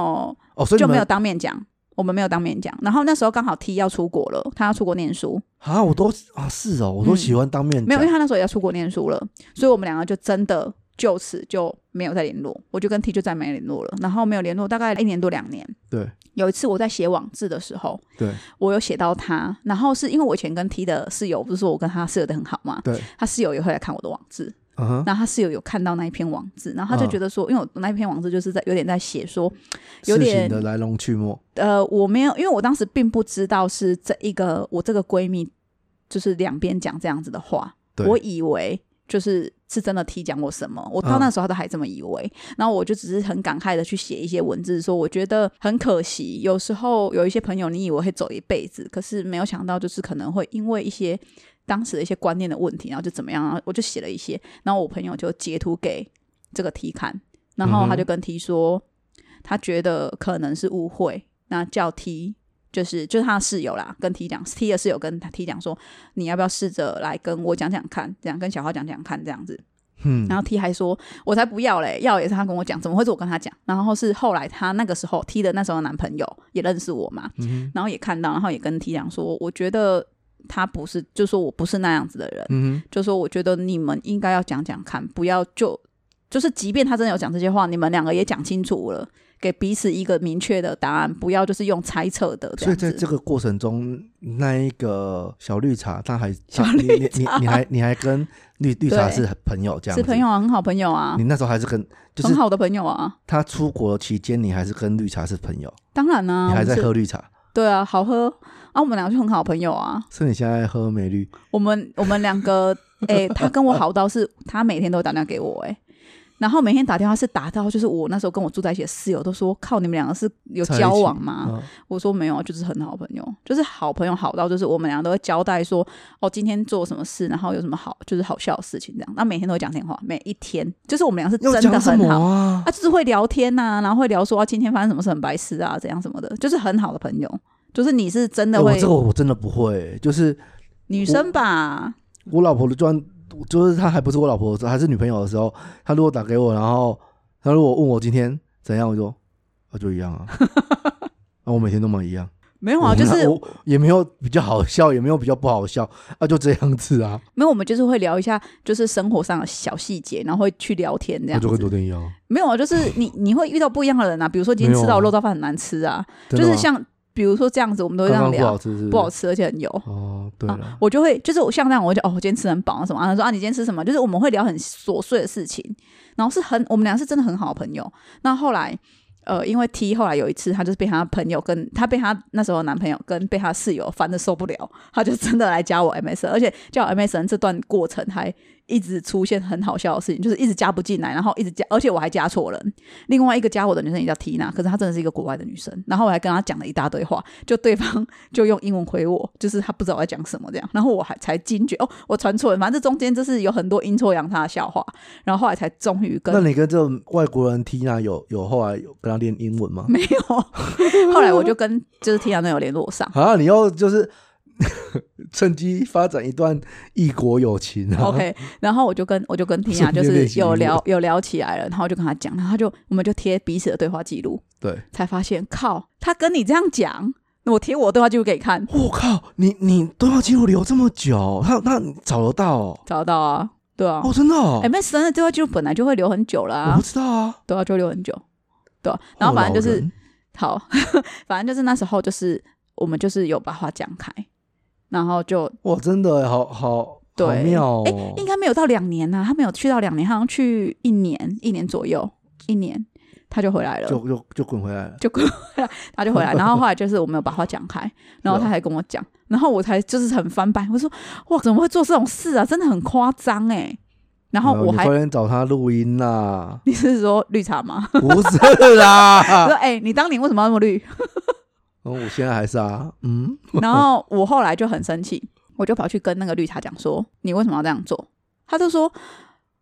S1: 哦，所以
S2: 就
S1: 你
S2: 没有
S1: 们
S2: 当面讲，我们没有当面讲。然后那时候刚好 T 要出国了，他要出国念书，
S1: 啊，我都啊是哦，我都
S2: 嗯
S1: 喜欢当面
S2: 没有，因
S1: 讲
S2: 为他那时候也要出国念书了，所以我们两个就真的就此就没有再联络。我就跟 T 就再没联络了，然后没有联络大概一年多两年。
S1: 对
S2: 有一次我在写网志的时候，
S1: 对
S2: 我有写到他，然后是因为我以前跟 T 的室友，不是说我跟他室友的很好嘛，
S1: 对，
S2: 他室友也会来看我的网志，
S1: 嗯哼，
S2: 然后他室友有看到那一篇网志，然后他就
S1: 嗯
S2: 觉得说，因为我那一篇网志就是在有点在写说，有
S1: 事情
S2: 点
S1: 的来龙去脉，
S2: 呃，我没有，因为我当时并不知道是这一个我这个闺蜜就是两边讲这样子的话，
S1: 对
S2: 我以为就是是真的提讲我什么，我到
S1: 嗯
S2: 那时候都还这么以为，然后我就只是很感慨的去写一些文字，说我觉得很可惜，有时候有一些朋友你以为会走一辈子，可是没有想到就是可能会因为一些。当时的一些观念的问题，然后就怎么样，然后我就写了一些，然后我朋友就截图给这个 T 看，然后他就跟 T
S1: 嗯
S2: 说，他觉得可能是误会，那叫 T 就是就是他的室友啦，跟 T 讲，T 的室友跟他 T 讲说，你要不要试着来跟我讲讲看，这样跟小浩讲讲看这样子。
S1: 嗯
S2: 然后 T 还说，我才不要嘞，要也是他跟我讲，怎么会是我跟他讲？然后是后来他那个时候 T 的那时候的男朋友也认识我嘛，
S1: 嗯
S2: 然后也看到，然后也跟 T 讲说，我觉得他不是，就说我不是那样子的人
S1: 哼，，嗯
S2: 就说我觉得你们应该要讲讲看，不要就就是，即便他真的有讲这些话，你们两个也讲清楚了，给彼此一个明确的答案，不要就是用猜测的
S1: 哼，
S2: 这
S1: 所以
S2: 样
S1: 在
S2: 子。
S1: 这个过程中，那一个小绿茶，他还
S2: 小
S1: 他
S2: 绿
S1: 你你你你还你还跟绿绿茶
S2: 对
S1: 是朋友这样
S2: 是
S1: 子，
S2: 朋友啊，很好朋友啊
S1: 你，那时候还是跟就是
S2: 很好的朋友啊。
S1: 他出国期间，你还是跟绿茶是朋友，
S2: 当然啊，
S1: 你还
S2: 我们
S1: 在
S2: 是
S1: 喝绿茶，
S2: 对啊，好喝啊，我们两个就很好朋友啊。
S1: 是你现在喝美绿，
S2: 我们我们两 个，哎、他跟我好到是，他每天都打电话给我、哎，然后每天打电话是打到，就是我那时候跟我住在一起的室友都说，靠，你们两个是有
S1: 在一
S2: 交
S1: 起
S2: 往吗？
S1: 嗯
S2: 我说没有啊，就是很好朋友，就是好朋友好到就是我们俩都会交代说，哦，今天做什么事，然后有什么好，就是好笑的事情这样。那每天都会讲电话，每一天就是我们俩是
S1: 要
S2: 真的
S1: 讲什
S2: 很
S1: 么
S2: 好，
S1: 啊？
S2: 啊，就是会聊天呐、然后会聊说、啊、今天发生什么事很白痴啊，怎样什么的，就是很好的朋友。就是你是真的
S1: 欸
S2: 会、
S1: 我这个我真的不会、就是
S2: 女生吧？
S1: 我老婆的专，就是她还不是我老婆的时候，还是女朋友的时候，她如果打给我，然后她如果问我今天怎样，我就啊就一 样啊，啊我每天都蛮一样，
S2: 没有啊，
S1: 我
S2: 就
S1: 哪
S2: 是
S1: 我也没有比较好笑，也没有比较不好笑，啊就这样子啊，
S2: 没有，我们就是会聊一下，就是生活上的小细节，然后会去聊天这
S1: 那
S2: 样
S1: 哦就跟昨
S2: 子。
S1: 天一样，
S2: 没有啊，就是你你会遇到不一样的人啊，比如说今天
S1: 没有
S2: 吃到
S1: 啊
S2: 肉燥饭很难吃啊，
S1: 真
S2: 就
S1: 的
S2: 是
S1: 吗
S2: 像比如说这样子，我们都会这
S1: 刚
S2: 样
S1: 刚不
S2: 聊
S1: 好，吃是不
S2: 不好
S1: 吃
S2: 吃，而且啊很油。
S1: 哦，对了，
S2: 我就会就是我像这样，我就哦，我今天吃很饱啊什么啊，他说啊你今天吃什么？就是我们会聊很琐碎的事情，然后是很我们俩是真的很好的朋友。那后来呃，因为 T 后来有一次，他就是被他朋友跟他被他那时候的男朋友跟被他室友烦的受不了，他就真的来加我 MSN，而且加我 MSN 这段过程还一直出现很好笑的事情，就是一直加不进来，然后一直加，而且我还加错人。另外一个加我的女生也叫 Tina，可是她真的是一个国外的女生，然后我还跟她讲了一大堆话，就对方 就用英文回我，就是他不知道我在讲什么这样，然后我还才惊觉哦，我传错了，反正这中间就是有很多阴错阳差的笑话，然后后来才终于跟
S1: 那你跟这种外国人 Tina 有有后来有跟他练英文吗？
S2: 没有，后来我就跟就是 Tina 那有联 络上。
S1: 啊，你又就是趁机发展一段异国友情啊
S2: OK，然后我就跟我就跟 Tina
S1: 顺
S2: 就
S1: 便练
S2: 是
S1: 习
S2: 有
S1: 英
S2: 聊
S1: 文
S2: 有聊起来了，然后我就跟他讲，然后他就我们就贴彼此的对话记录，
S1: 对，
S2: 才发现靠，他跟你这样讲，那我贴我对话记录给你看，
S1: 我靠，你你对话记录留这么久，他他找得到哦？
S2: 找得到啊，对啊
S1: 哦，真的哦，
S2: ，MSN 的对话记录本来就会留很久了
S1: 我
S2: 啊
S1: 不，知道啊。
S2: 对啊，就留很久，对啊，然后反正就
S1: 哦老
S2: 是
S1: 人
S2: 好， 反正就是那时候就是我们就是有把话讲开，然后就
S1: 哇，真的耶好好好
S2: 对
S1: 妙哦
S2: 哎、应该没有到两年啊呐、他没有去到两年，好像去一年一年左右，一年他就回来了，
S1: 就就就滚回来了。
S2: 就他就回来，然后后来就是我没有把话讲开，然后他还跟我讲，然后我才就是很翻白，我说哇怎么会做这种事啊，真的很夸张哎，然后
S1: 哎呦
S2: 我
S1: 你
S2: 还，
S1: 快点找他录音啦
S2: 你是说绿茶吗？
S1: 不是
S2: 我
S1: 啦
S2: 说，哎、你当年为什么要那 么绿？
S1: 哦我现在还是啊，嗯，
S2: 然后我后来就很生气，我就跑去跟那个绿茶讲说，你为什么要这样做？他就说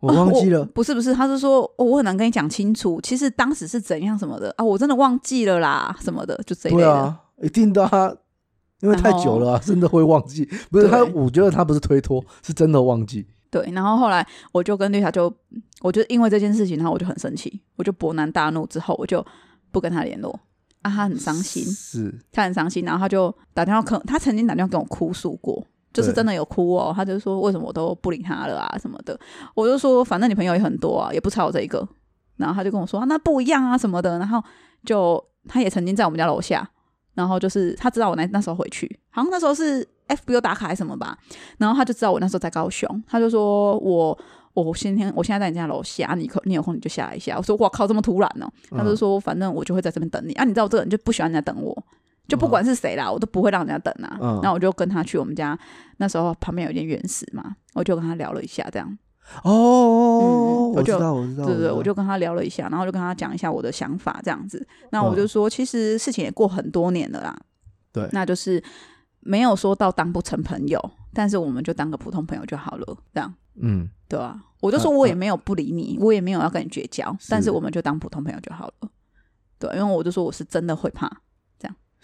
S1: 我忘记
S2: 哦我
S1: 了，
S2: 不是不是，他是说、哦我很难跟你讲清楚，其实当时是怎样什么的啊，我真的忘记了啦，什么的，就这一类
S1: 对
S2: 的。
S1: 啊，一定的啊，因为
S2: 然
S1: 太
S2: 后
S1: 久了啊、真的会忘记。不是
S2: 哦对
S1: 他，我觉得他不是推脱，是真的忘记。
S2: 对，然后后来我就跟绿茶就，我就因为这件事情，然后我就很生气，我就勃然大怒，之后我就不跟他联络。啊，他很伤心，
S1: 是
S2: 他很伤心，然后他就打电话跟，他曾经打电话跟我哭诉过，就是
S1: 对
S2: 真的有哭哦。他就说为什么我都不理他了啊什么的，我就说反正你朋友也很多啊，也不差我这一个。然后他就跟我说、啊那不一样啊什么的，然后就他也曾经在我们家楼下，然后就是他知道我那那时候回去，好像那时候是 FBO 打卡还是什么吧，然后他就知道我那时候在高雄，他就说我哦我今天我现在在你家楼下，啊你可你有空你就下来一下。我说哇靠，这么突然哦、
S1: 嗯
S2: 他就说反正我就会在这边等你啊。你知道我这个人就不喜欢人家等我，就不管是谁啦，我都不会让人家等啊。
S1: 嗯
S2: 然后我就跟他去我们家，那时候旁边有一间原石嘛，我就跟他聊了一下，这样
S1: 哦，
S2: 嗯
S1: 我
S2: 我
S1: 知
S2: 就
S1: 道，我知道，
S2: 对对
S1: 知
S2: 对，
S1: 道
S2: 我就跟他聊了一下，然后就跟他讲一下我的想法这样子。那我就说，其实事情也过很多年了啦，
S1: 嗯对
S2: 那就是没有说到当不成朋友，但是我们就当个普通朋友就好了，这样
S1: 嗯，
S2: 对啊，我就说
S1: 呃
S2: 我也没有不理你，我也没有要跟你绝交，
S1: 是
S2: 但是我们就当普通朋友就好了。对，因为我就说我是真的会怕，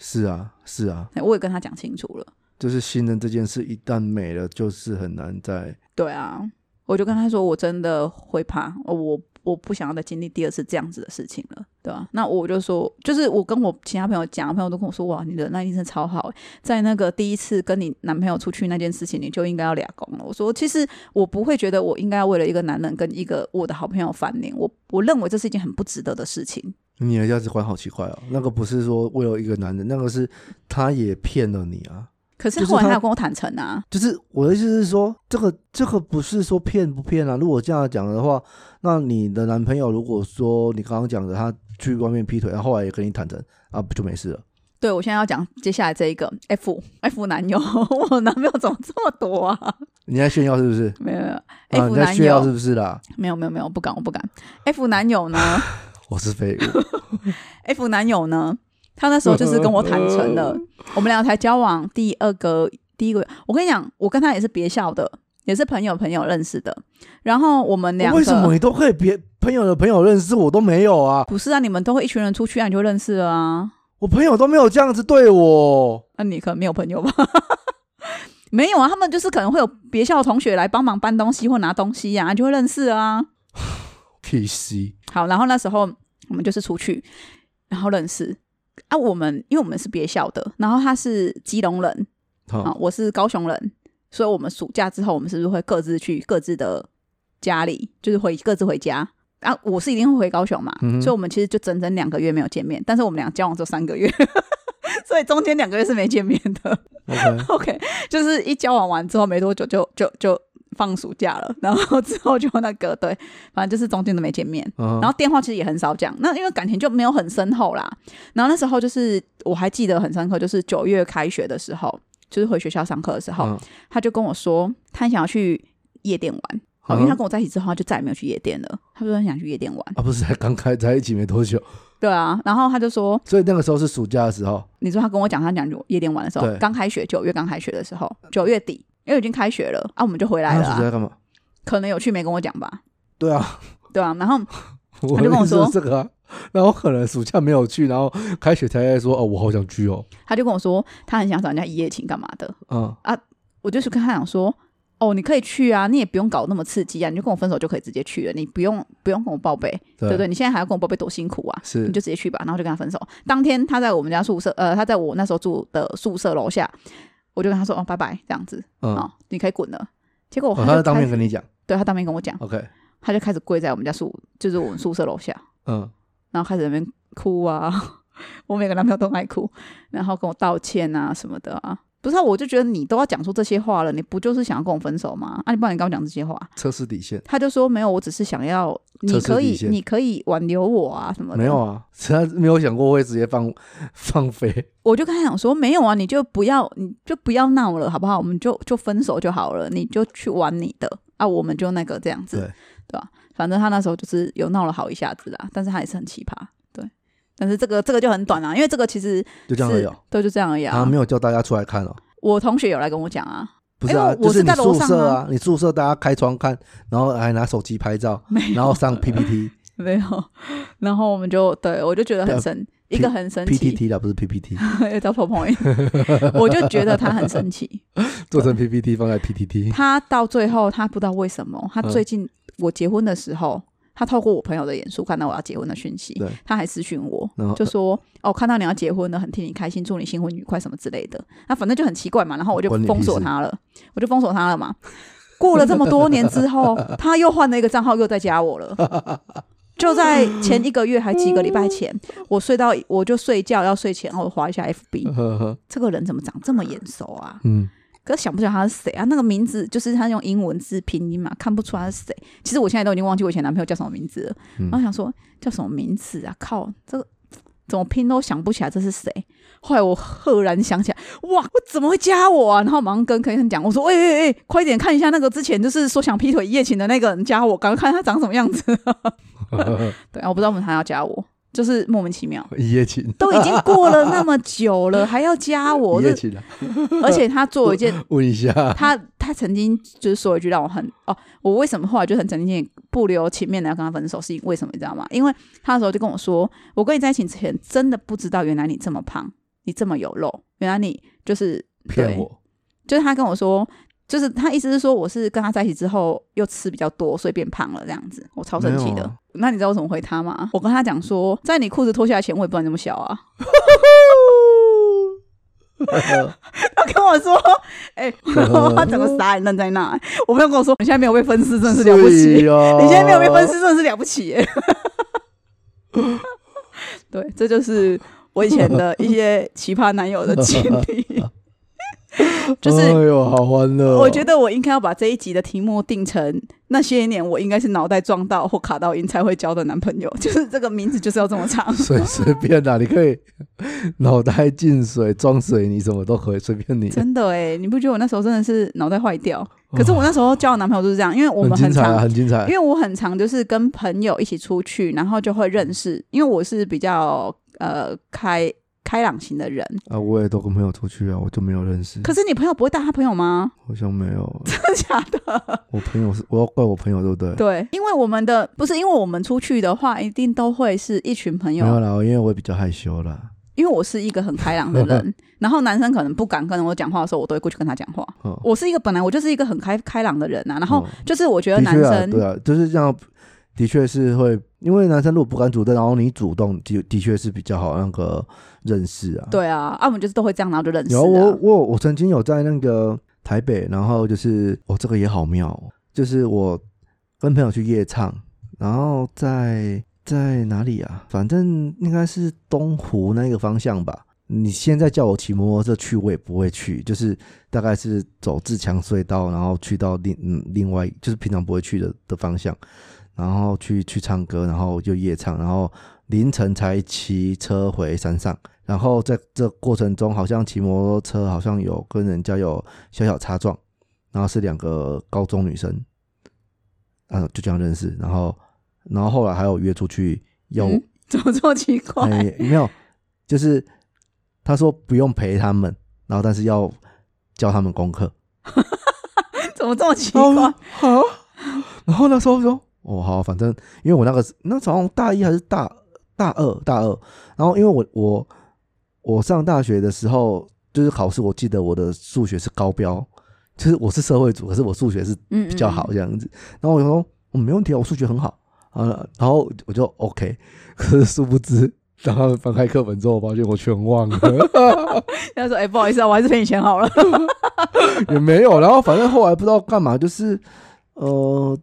S1: 是啊，是啊，
S2: 哎我也跟他讲清楚了。
S1: 就是信任这件事一旦没了，就是很难再
S2: 对啊，我就跟他说，我真的会怕，哦我我不想要再经历第二次这样子的事情了，对吧、啊那我就说，就是我跟我其他朋友讲，朋友都跟我说，哇，你忍耐力真的超好欸，在那个第一次跟你男朋友出去那件事情，你就应该要俩公了。我说，其实我不会觉得我应该要为了一个男人跟一个我的好朋友翻脸，我我认为这是一件很不值得的事情。
S1: 你的价值观好奇怪哦。那个不是说为了一个男人，那个是他也骗了你啊。
S2: 可是
S1: 就是
S2: 后来他
S1: 他
S2: 有跟我坦诚啊，
S1: 就是我的意思是说，这个这个不是说骗不骗啊。如果这样讲的话，那你的男朋友如果说你刚刚讲的他去外面劈腿，他后来也跟你坦诚啊，不就没事了？
S2: 对我现在要讲接下来这一个 F F 男友， 我男朋友怎么这么多啊？
S1: 你在炫耀是不是？
S2: 没有没有
S1: 啊，
S2: F
S1: 你在
S2: 哎男
S1: 炫
S2: 友
S1: 耀是不是啦？
S2: 没有没有没有，不敢我不敢。F 男 友呢
S1: 我是废物，
S2: ？F 男友呢？他那时候就是跟我坦诚
S1: 嗯
S2: 了，我们俩才交往第二个第一个月。我跟你讲，我跟他也是别校的，也是朋友朋友认识的。然后我们 两个
S1: 为什么你都可以别朋友的朋友认识我都没有啊？
S2: 不是啊？你们都会一群人出去啊，你就认识了啊？
S1: 我朋友都没有这样子对我。
S2: 那你可能没有朋友吧？ 没有啊，他们就是可能会有别校的同学来帮忙搬东西或拿东西呀、啊，你就会认识了啊。
S1: P C，
S2: 好，然后那时候我们就是出去，然后认识啊。我们因为我们是别校的，然后他是基隆人啊、
S1: 好，
S2: 我是高雄人，所以我们暑假之后，我们是不是会各自去各自的家里，就是回各自回家？啊，我是一定会回高雄嘛，
S1: 嗯哼
S2: 所以我们其实就整整两个月没有见面，但是我们俩交往只有三个月， 所以中间两个月是没见面的。
S1: OK，嗯
S2: OK，就是一交往完之后没多久就就就放暑假了，然后之后就那个对，反正就是中间都没见面。
S1: 嗯
S2: 然后电话其实也很少讲，那因为感情就没有很深厚啦。然后那时候就是我还记得很深刻，就是九月开学的时候，就是回学校上课的时候，
S1: 嗯
S2: 他就跟我说他很想要去夜店玩，
S1: 嗯
S2: 好、因为他跟我在一起之后，他就再也没有去夜店了。他说很想去夜店玩，
S1: 啊，不是才刚开在一起没多久，
S2: 对啊。然后他就说，
S1: 所以那个时候是暑假的时候，
S2: 你说他跟我讲他讲夜店玩的时候
S1: 对，
S2: 刚开学九月刚开学的时候，九月底，因为已经开学了啊，我们就回来
S1: 那
S2: 了
S1: 暑假
S2: 啊、
S1: 在干嘛？
S2: 可能有去没跟我讲吧，
S1: 对啊，
S2: 对啊。然后
S1: 我
S2: 就跟我
S1: 意思就是
S2: 说
S1: 这个啊，然后可能暑假没有去，然后开学才在说哦，我好想去哦，
S2: 他就跟我说他很想找人家一夜情干嘛的，
S1: 嗯，
S2: 我就是跟他讲说，哦，你可以去啊，你也不用搞那么刺激啊，你就跟我分手就可以直接去了，你不用不用跟我报备，对不对？你现在还要跟我报备多辛苦啊，
S1: 是
S2: 你就直接去吧。然后就跟他分手。当天他在我们家宿舍，呃，他在我那时候住的宿舍楼下，我就跟他说，哦，拜拜，这样子，
S1: 嗯，
S2: 哦
S1: 哦，
S2: 你可以滚了。结果
S1: 他
S2: 就
S1: 在当
S2: 开
S1: 面
S2: 始，
S1: 跟你讲
S2: 对他当面跟我讲，
S1: ，OK，
S2: 他就开始跪在我们家宿，就是我们宿舍楼下，
S1: 嗯，
S2: 然后开始在那边哭啊， 我每个男朋友都爱哭，然后跟我道歉啊什么的啊。不是、啊，我就觉得你都要讲出这些话了，你不就是想要跟我分手吗？啊，你不然你跟我讲这些话，
S1: 测试底线
S2: 他就说没有，我只是想要，你
S1: 测试
S2: 可以
S1: 底，线
S2: 你可以挽留我啊什么的。
S1: 没有啊，实在没有想过会直接放放飞，
S2: 我就跟他讲说，没有啊，你就不要，你就不要闹了，好不好？我们就就分手就好了，你就去玩你的啊，我们就那个这样子，
S1: 对
S2: 对吧？反正他那时候就是有闹了好一下子啦，但是他也是很奇葩，对。但是这个这个就很短啊，因为这个其实
S1: 就这样而已
S2: 是
S1: 哦，
S2: 对，就这样而已啊。
S1: 啊，没有叫大家出来看哦，
S2: 我同学有来跟我讲啊，
S1: 不是啊，
S2: 因为我
S1: 就是
S2: 是
S1: 你
S2: 在楼
S1: 宿
S2: 上啊
S1: 舍啊，你宿舍大家开窗看，然后还拿手机拍照，
S2: 没 有，
S1: 然后上 PPT
S2: 没有，然后我们就对我就觉得很神，一个很神奇，
S1: PTT 啦，不是 PPT，
S2: 叫 p o p 我就觉得他很 神奇。
S1: 做成 PPT 放在 PTT，
S2: 他到最后，他不知道为什么，
S1: 嗯
S2: 他最近我结婚的时候，他透过我朋友的演述看到我要结婚的讯息
S1: 对，
S2: 他还私讯我
S1: 然后，
S2: 就说哦，看到你要结婚了，很替你开心，祝你新婚愉快什么之类的。那反正就很奇怪嘛，然后我就
S1: 关你屁
S2: 封锁
S1: 事
S2: 他了，我就封锁他了嘛。过了这么多年之后，他又换了一个账号，又再加我了。 就在前一个月还几个礼拜前，我睡到我就睡觉要睡前，我滑一下 FB，
S1: 呵呵，
S2: 这个人怎么长这么眼熟啊？
S1: 嗯，
S2: 可是想不起来他是谁啊？那个名字就是他用英文字拼音嘛，看不出他是谁。其实我现在都已经忘记我以前男朋友叫什么名字了。
S1: 嗯
S2: 然后想说叫什么名字啊？靠，这个怎么拼都想不起来这是谁。后来我赫然想起来，哇，我怎么会加我啊？然后马上跟 K 森讲，我说，哎哎哎，快点看一下那个之前就是说想劈腿一夜情的那个人加我，赶快看他长什么 样子。对啊，我不知道为什么他要加我，就是莫名其妙。
S1: 一夜情，
S2: 都已经过了那么久了，还要加我
S1: 一 夜
S2: 这，
S1: 情啊，
S2: 而且他做了一件
S1: 问一下，
S2: 他他曾经就是说一句让我很哦，我为什么后来就很曾经不留情面的要跟他分手，是因为什么你知道吗？因为他那时候就跟我说，我跟你在一起之前真的不知道，原来你这么胖，你这么有肉，原来你就是
S1: 骗
S2: 对
S1: 我，
S2: 就是他跟我说，就是他意思是说我是跟他在一起之后又吃比较多，所以变胖了这样子，我超生气
S1: 没有
S2: 的
S1: 啊。
S2: 那你知道我怎么回他吗？我跟他讲说，在你裤子脱下来前，我也不知道你那么小 啊。他跟我说，哎、 然后他整个傻眼愣在那、我朋友跟我说，你现在没有被分尸，真的 是了不起。
S1: 对哦
S2: 你现在没有被分尸，真的是了不起耶。 对，这就是我以前的一些奇葩男友的经历。 就是
S1: 哎呦，好欢乐哦，。
S2: 我觉得我应该要把这一集的题目定成那些年我应该是脑袋撞到或卡到音才会交的男朋友，就是这个名字就是要这么长
S1: 随随便啦，你可以脑袋进水、装水泥，什么都可以，随便你。
S2: 真的哎，你不觉得我那时候真的是脑袋坏掉？可是我那时候交的男朋友就是这样，因为我
S1: 哦很
S2: 们
S1: 精彩
S2: 常
S1: 啊，很精彩
S2: 因。为我很常就是跟朋友一起出去，然后就会
S1: 嗯
S2: 认识，因为我是比较呃开开朗型的人。
S1: 啊，我也都跟朋友出去啊，我就没有认识，
S2: 可是你朋友不会带他朋友吗？
S1: 好像没有。
S2: 真的假的？
S1: 我朋友是，我要怪我朋友，对不对？
S2: 对，因为我们的不是因为我们出去的话，一定都会是一群朋
S1: 没有
S2: 友，
S1: 啦，因为我也比较害羞啦。
S2: 因为我是一个很 开朗的人，然后男生可能不敢跟我讲话的时候，我都会过去跟他讲话。
S1: 哦
S2: 我是一个本来我就是一个很开开朗的人啊，然后
S1: 哦
S2: 就是我觉得
S1: 的
S2: 男
S1: 确啊，
S2: 生
S1: 对啊，就是这样，的确是会，因为男生如果不敢主动，然后你主动，的的确是比较好那个认识啊。
S2: 对啊，啊我们就是都会这样，然后就认识、
S1: 有哦我
S2: 啊。
S1: 我我曾经有在那个台北，然后就是哦，这个也好妙哦，就是我跟朋友去夜唱，然后在在哪里啊？反正应该是东湖那个方向吧。你现在叫我骑摩托车去，我也不会去，就是大概是走自强隧道，然后去到另嗯另外就是平常不会去的的方向，然后去去唱歌，然后就夜唱，然后凌晨才骑车回山上。然后在这过程中，好像骑摩托车，好像有跟人家有小小擦撞，然后是两个高中女生，啊，就这样认识，然后，然后后来还有约出去要，
S2: 嗯 怎么这么奇怪？
S1: 哎、没有，就是他说不用陪他们，然后但是要教他们功课，
S2: 怎么这么奇
S1: 哦
S2: 怪？
S1: 好，然后那时候说，哦好，反正因为我那个是那时候好像大一还是大大二大二，然后因为我我我上大学的时候就是考试，我记得我的数学是高标，就是我是社会组，可是我数学是
S2: 嗯，
S1: 比较好这样子。然后我就说我、没问题啊，我数学很好啊，然后我就哦 OK。可是殊不知， 当他们翻开课本之后，我发现我全忘了，
S2: 他说：“哎、不好意思啊，我还是赔你钱好了。
S1: 也没有。然后反正后来不知道干嘛，就是呃，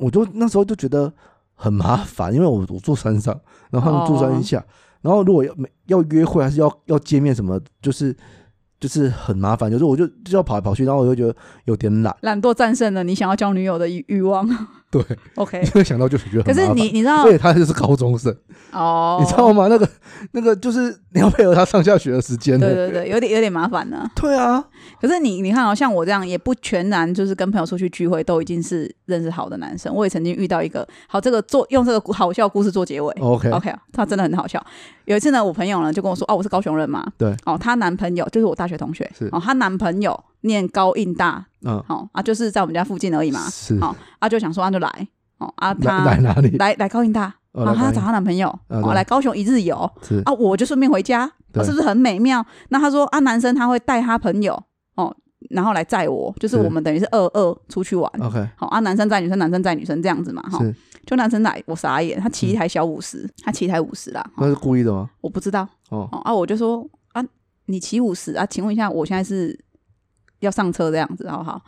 S1: 我就那时候就觉得很麻烦，因为我我住山上，然后他们住山
S2: 哦
S1: 下，然后如果要要约会还是要要见面什么，就是。就是很麻烦，就是我就就要跑来跑去，然后我就觉得有点懒，”
S2: 懒惰战胜了你想要交女友的欲欲望。
S1: 对，
S2: OK，
S1: 因为想到就觉得
S2: 可
S1: 很麻
S2: 是
S1: 烦。
S2: 你你知道
S1: 而且他就是高中生，
S2: 哦，
S1: 你知道吗？那个那个就是你要配合他上下学的时间
S2: 对
S1: 的。
S2: 对对，有点有点麻烦呢、
S1: 对啊，
S2: 可是你你看、哦，像我这样也不全然就是跟朋友出去聚会都已经是认识好的男生。我也曾经遇到一个好这个做用这个好笑故事做结尾。
S1: 哦 OK，
S2: OK，他真的哦很好笑。有一次呢，我朋友呢就跟我说，哦，我是高雄人嘛，
S1: 对，
S2: 哦，她男朋友就是我大学同学
S1: 是，
S2: 哦，她男朋友念高应大，
S1: 嗯，
S2: 哦啊，就是在我们家附近而已嘛，
S1: 是
S2: 好啊，就想说那就来，哦啊，
S1: 来
S2: 她
S1: 来哪里？
S2: 来来高应大，
S1: 哦
S2: 啊，
S1: 来
S2: 她
S1: 高
S2: 要
S1: 应
S2: 找她男朋友，
S1: 对
S2: 哦，来高雄一日游，
S1: 是
S2: 啊，我就顺便回家，
S1: 对
S2: 啊是不是很美妙？那她说啊，男生他会带他朋友哦，然后来载我，就是
S1: 是
S2: 我们等于是二二出去玩。
S1: OK，
S2: 好啊，男生载女生，男生载女生这样子嘛，哈，
S1: 是嗯
S2: 就男生来，我傻眼，他骑一台小五十、他骑一台五十啦，哦
S1: 那是故意的吗？
S2: 我不知道，
S1: 哦，
S2: 哦啊，我就说啊，你骑五十啊，请问一下，我现在是要上车这样子，好不好？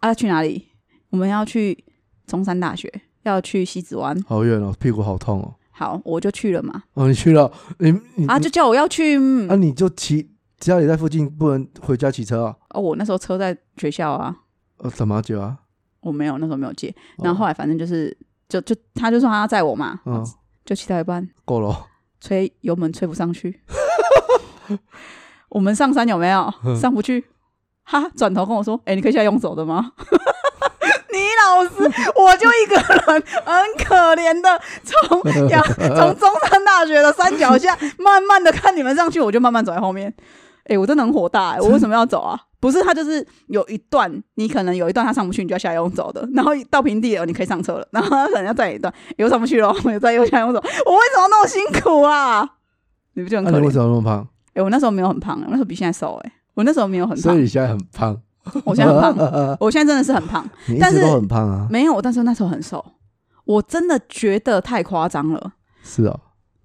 S2: 啊，去哪里？我们要去中山大学，要去西子湾。
S1: 好远哦，屁股好痛哦。
S2: 好，我就去了嘛。
S1: 哦，你去了，你你
S2: 啊啊，就叫我要去，嗯
S1: 啊，你就骑只要你在附近，不能回家骑车啊。
S2: 哦，我那时候车在学校啊，
S1: 呃，怎么久啊？
S2: 我没有那时候没有借，
S1: 哦
S2: 然后啊后来反正就是就就他就说他要载我嘛，
S1: 嗯，
S2: 就骑到一半
S1: 够了哦，
S2: 吹油门吹不上去，我们上山有没有上不去？他转头跟我说：“哎、你可以现在用走的吗？” 你老师，我就一个人，很可怜的从阳从中山大学的山脚下慢慢的看你们上去，我就慢慢走在后面。哎、我真的很火大、欸，我为什么要走啊？不是，他就是有一段，你可能有一段他上不去，你就要下用走的，然后到平地了，你可以上车了，然后他可能要再一段，又上不去了，又再又下用走， 我为什么那么辛苦啊？你不就很
S1: 那
S2: 可
S1: 啊你为
S2: 怜？
S1: 什么那么胖？
S2: 哎、我那时候没有很胖，我那时候比现在瘦、欸，哎，我那时候没有很
S1: 所以
S2: 胖，
S1: 你现在很胖，
S2: 我现在很 胖，
S1: 胖，
S2: 我现在真的是很胖，
S1: 你一
S2: 但
S1: 直
S2: 是
S1: 都很胖啊。
S2: 没有，我但是那时候很瘦，我真的觉得太夸张了。
S1: 是哦，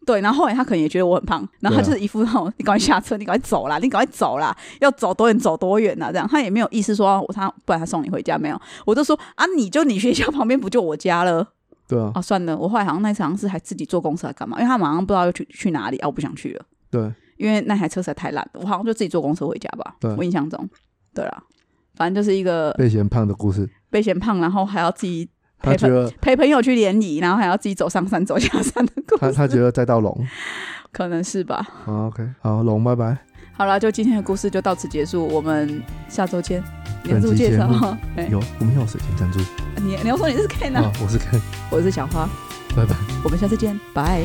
S2: 对，然后后来他可能也觉得我很胖，然后他
S1: 对啊
S2: 就是一副那种你赶快下车，你赶快走啦，你赶快走啦，要走多远走多远啊呐、这样他也没有意思说我他不然他送你回家没有，我就说啊，你就你学校旁边不就我家了
S1: 对啊，
S2: 啊？算了，我后来好像那次好像是还自己坐公车还干嘛，因为他马上不知道要去去哪里啊，我不想去了，
S1: 对，
S2: 因为那台车实在太烂了，我好像就自己坐公车回家吧
S1: 对，
S2: 我印象中，对啦，反正就是一个
S1: 被嫌胖的故事。
S2: 被嫌胖，然后还要自己
S1: 他觉得
S2: 陪朋友去联谊，然后还要自己走上山走下山的故
S1: 他
S2: 事，
S1: 他觉得再到龙
S2: 可能是吧。
S1: 啊，OK，好，龙拜拜。
S2: 好了，就今天的故事就到此结束，我们下周见。年
S1: 本
S2: 度
S1: 期
S2: 介
S1: 节
S2: 绍
S1: 目，
S2: 哎、
S1: 有，我们有水晶珍珠
S2: 你你要说你是 Ken 啊
S1: 啊，我是 Ken，
S2: 我是小花，
S1: 拜拜。
S2: 我们下次见，拜。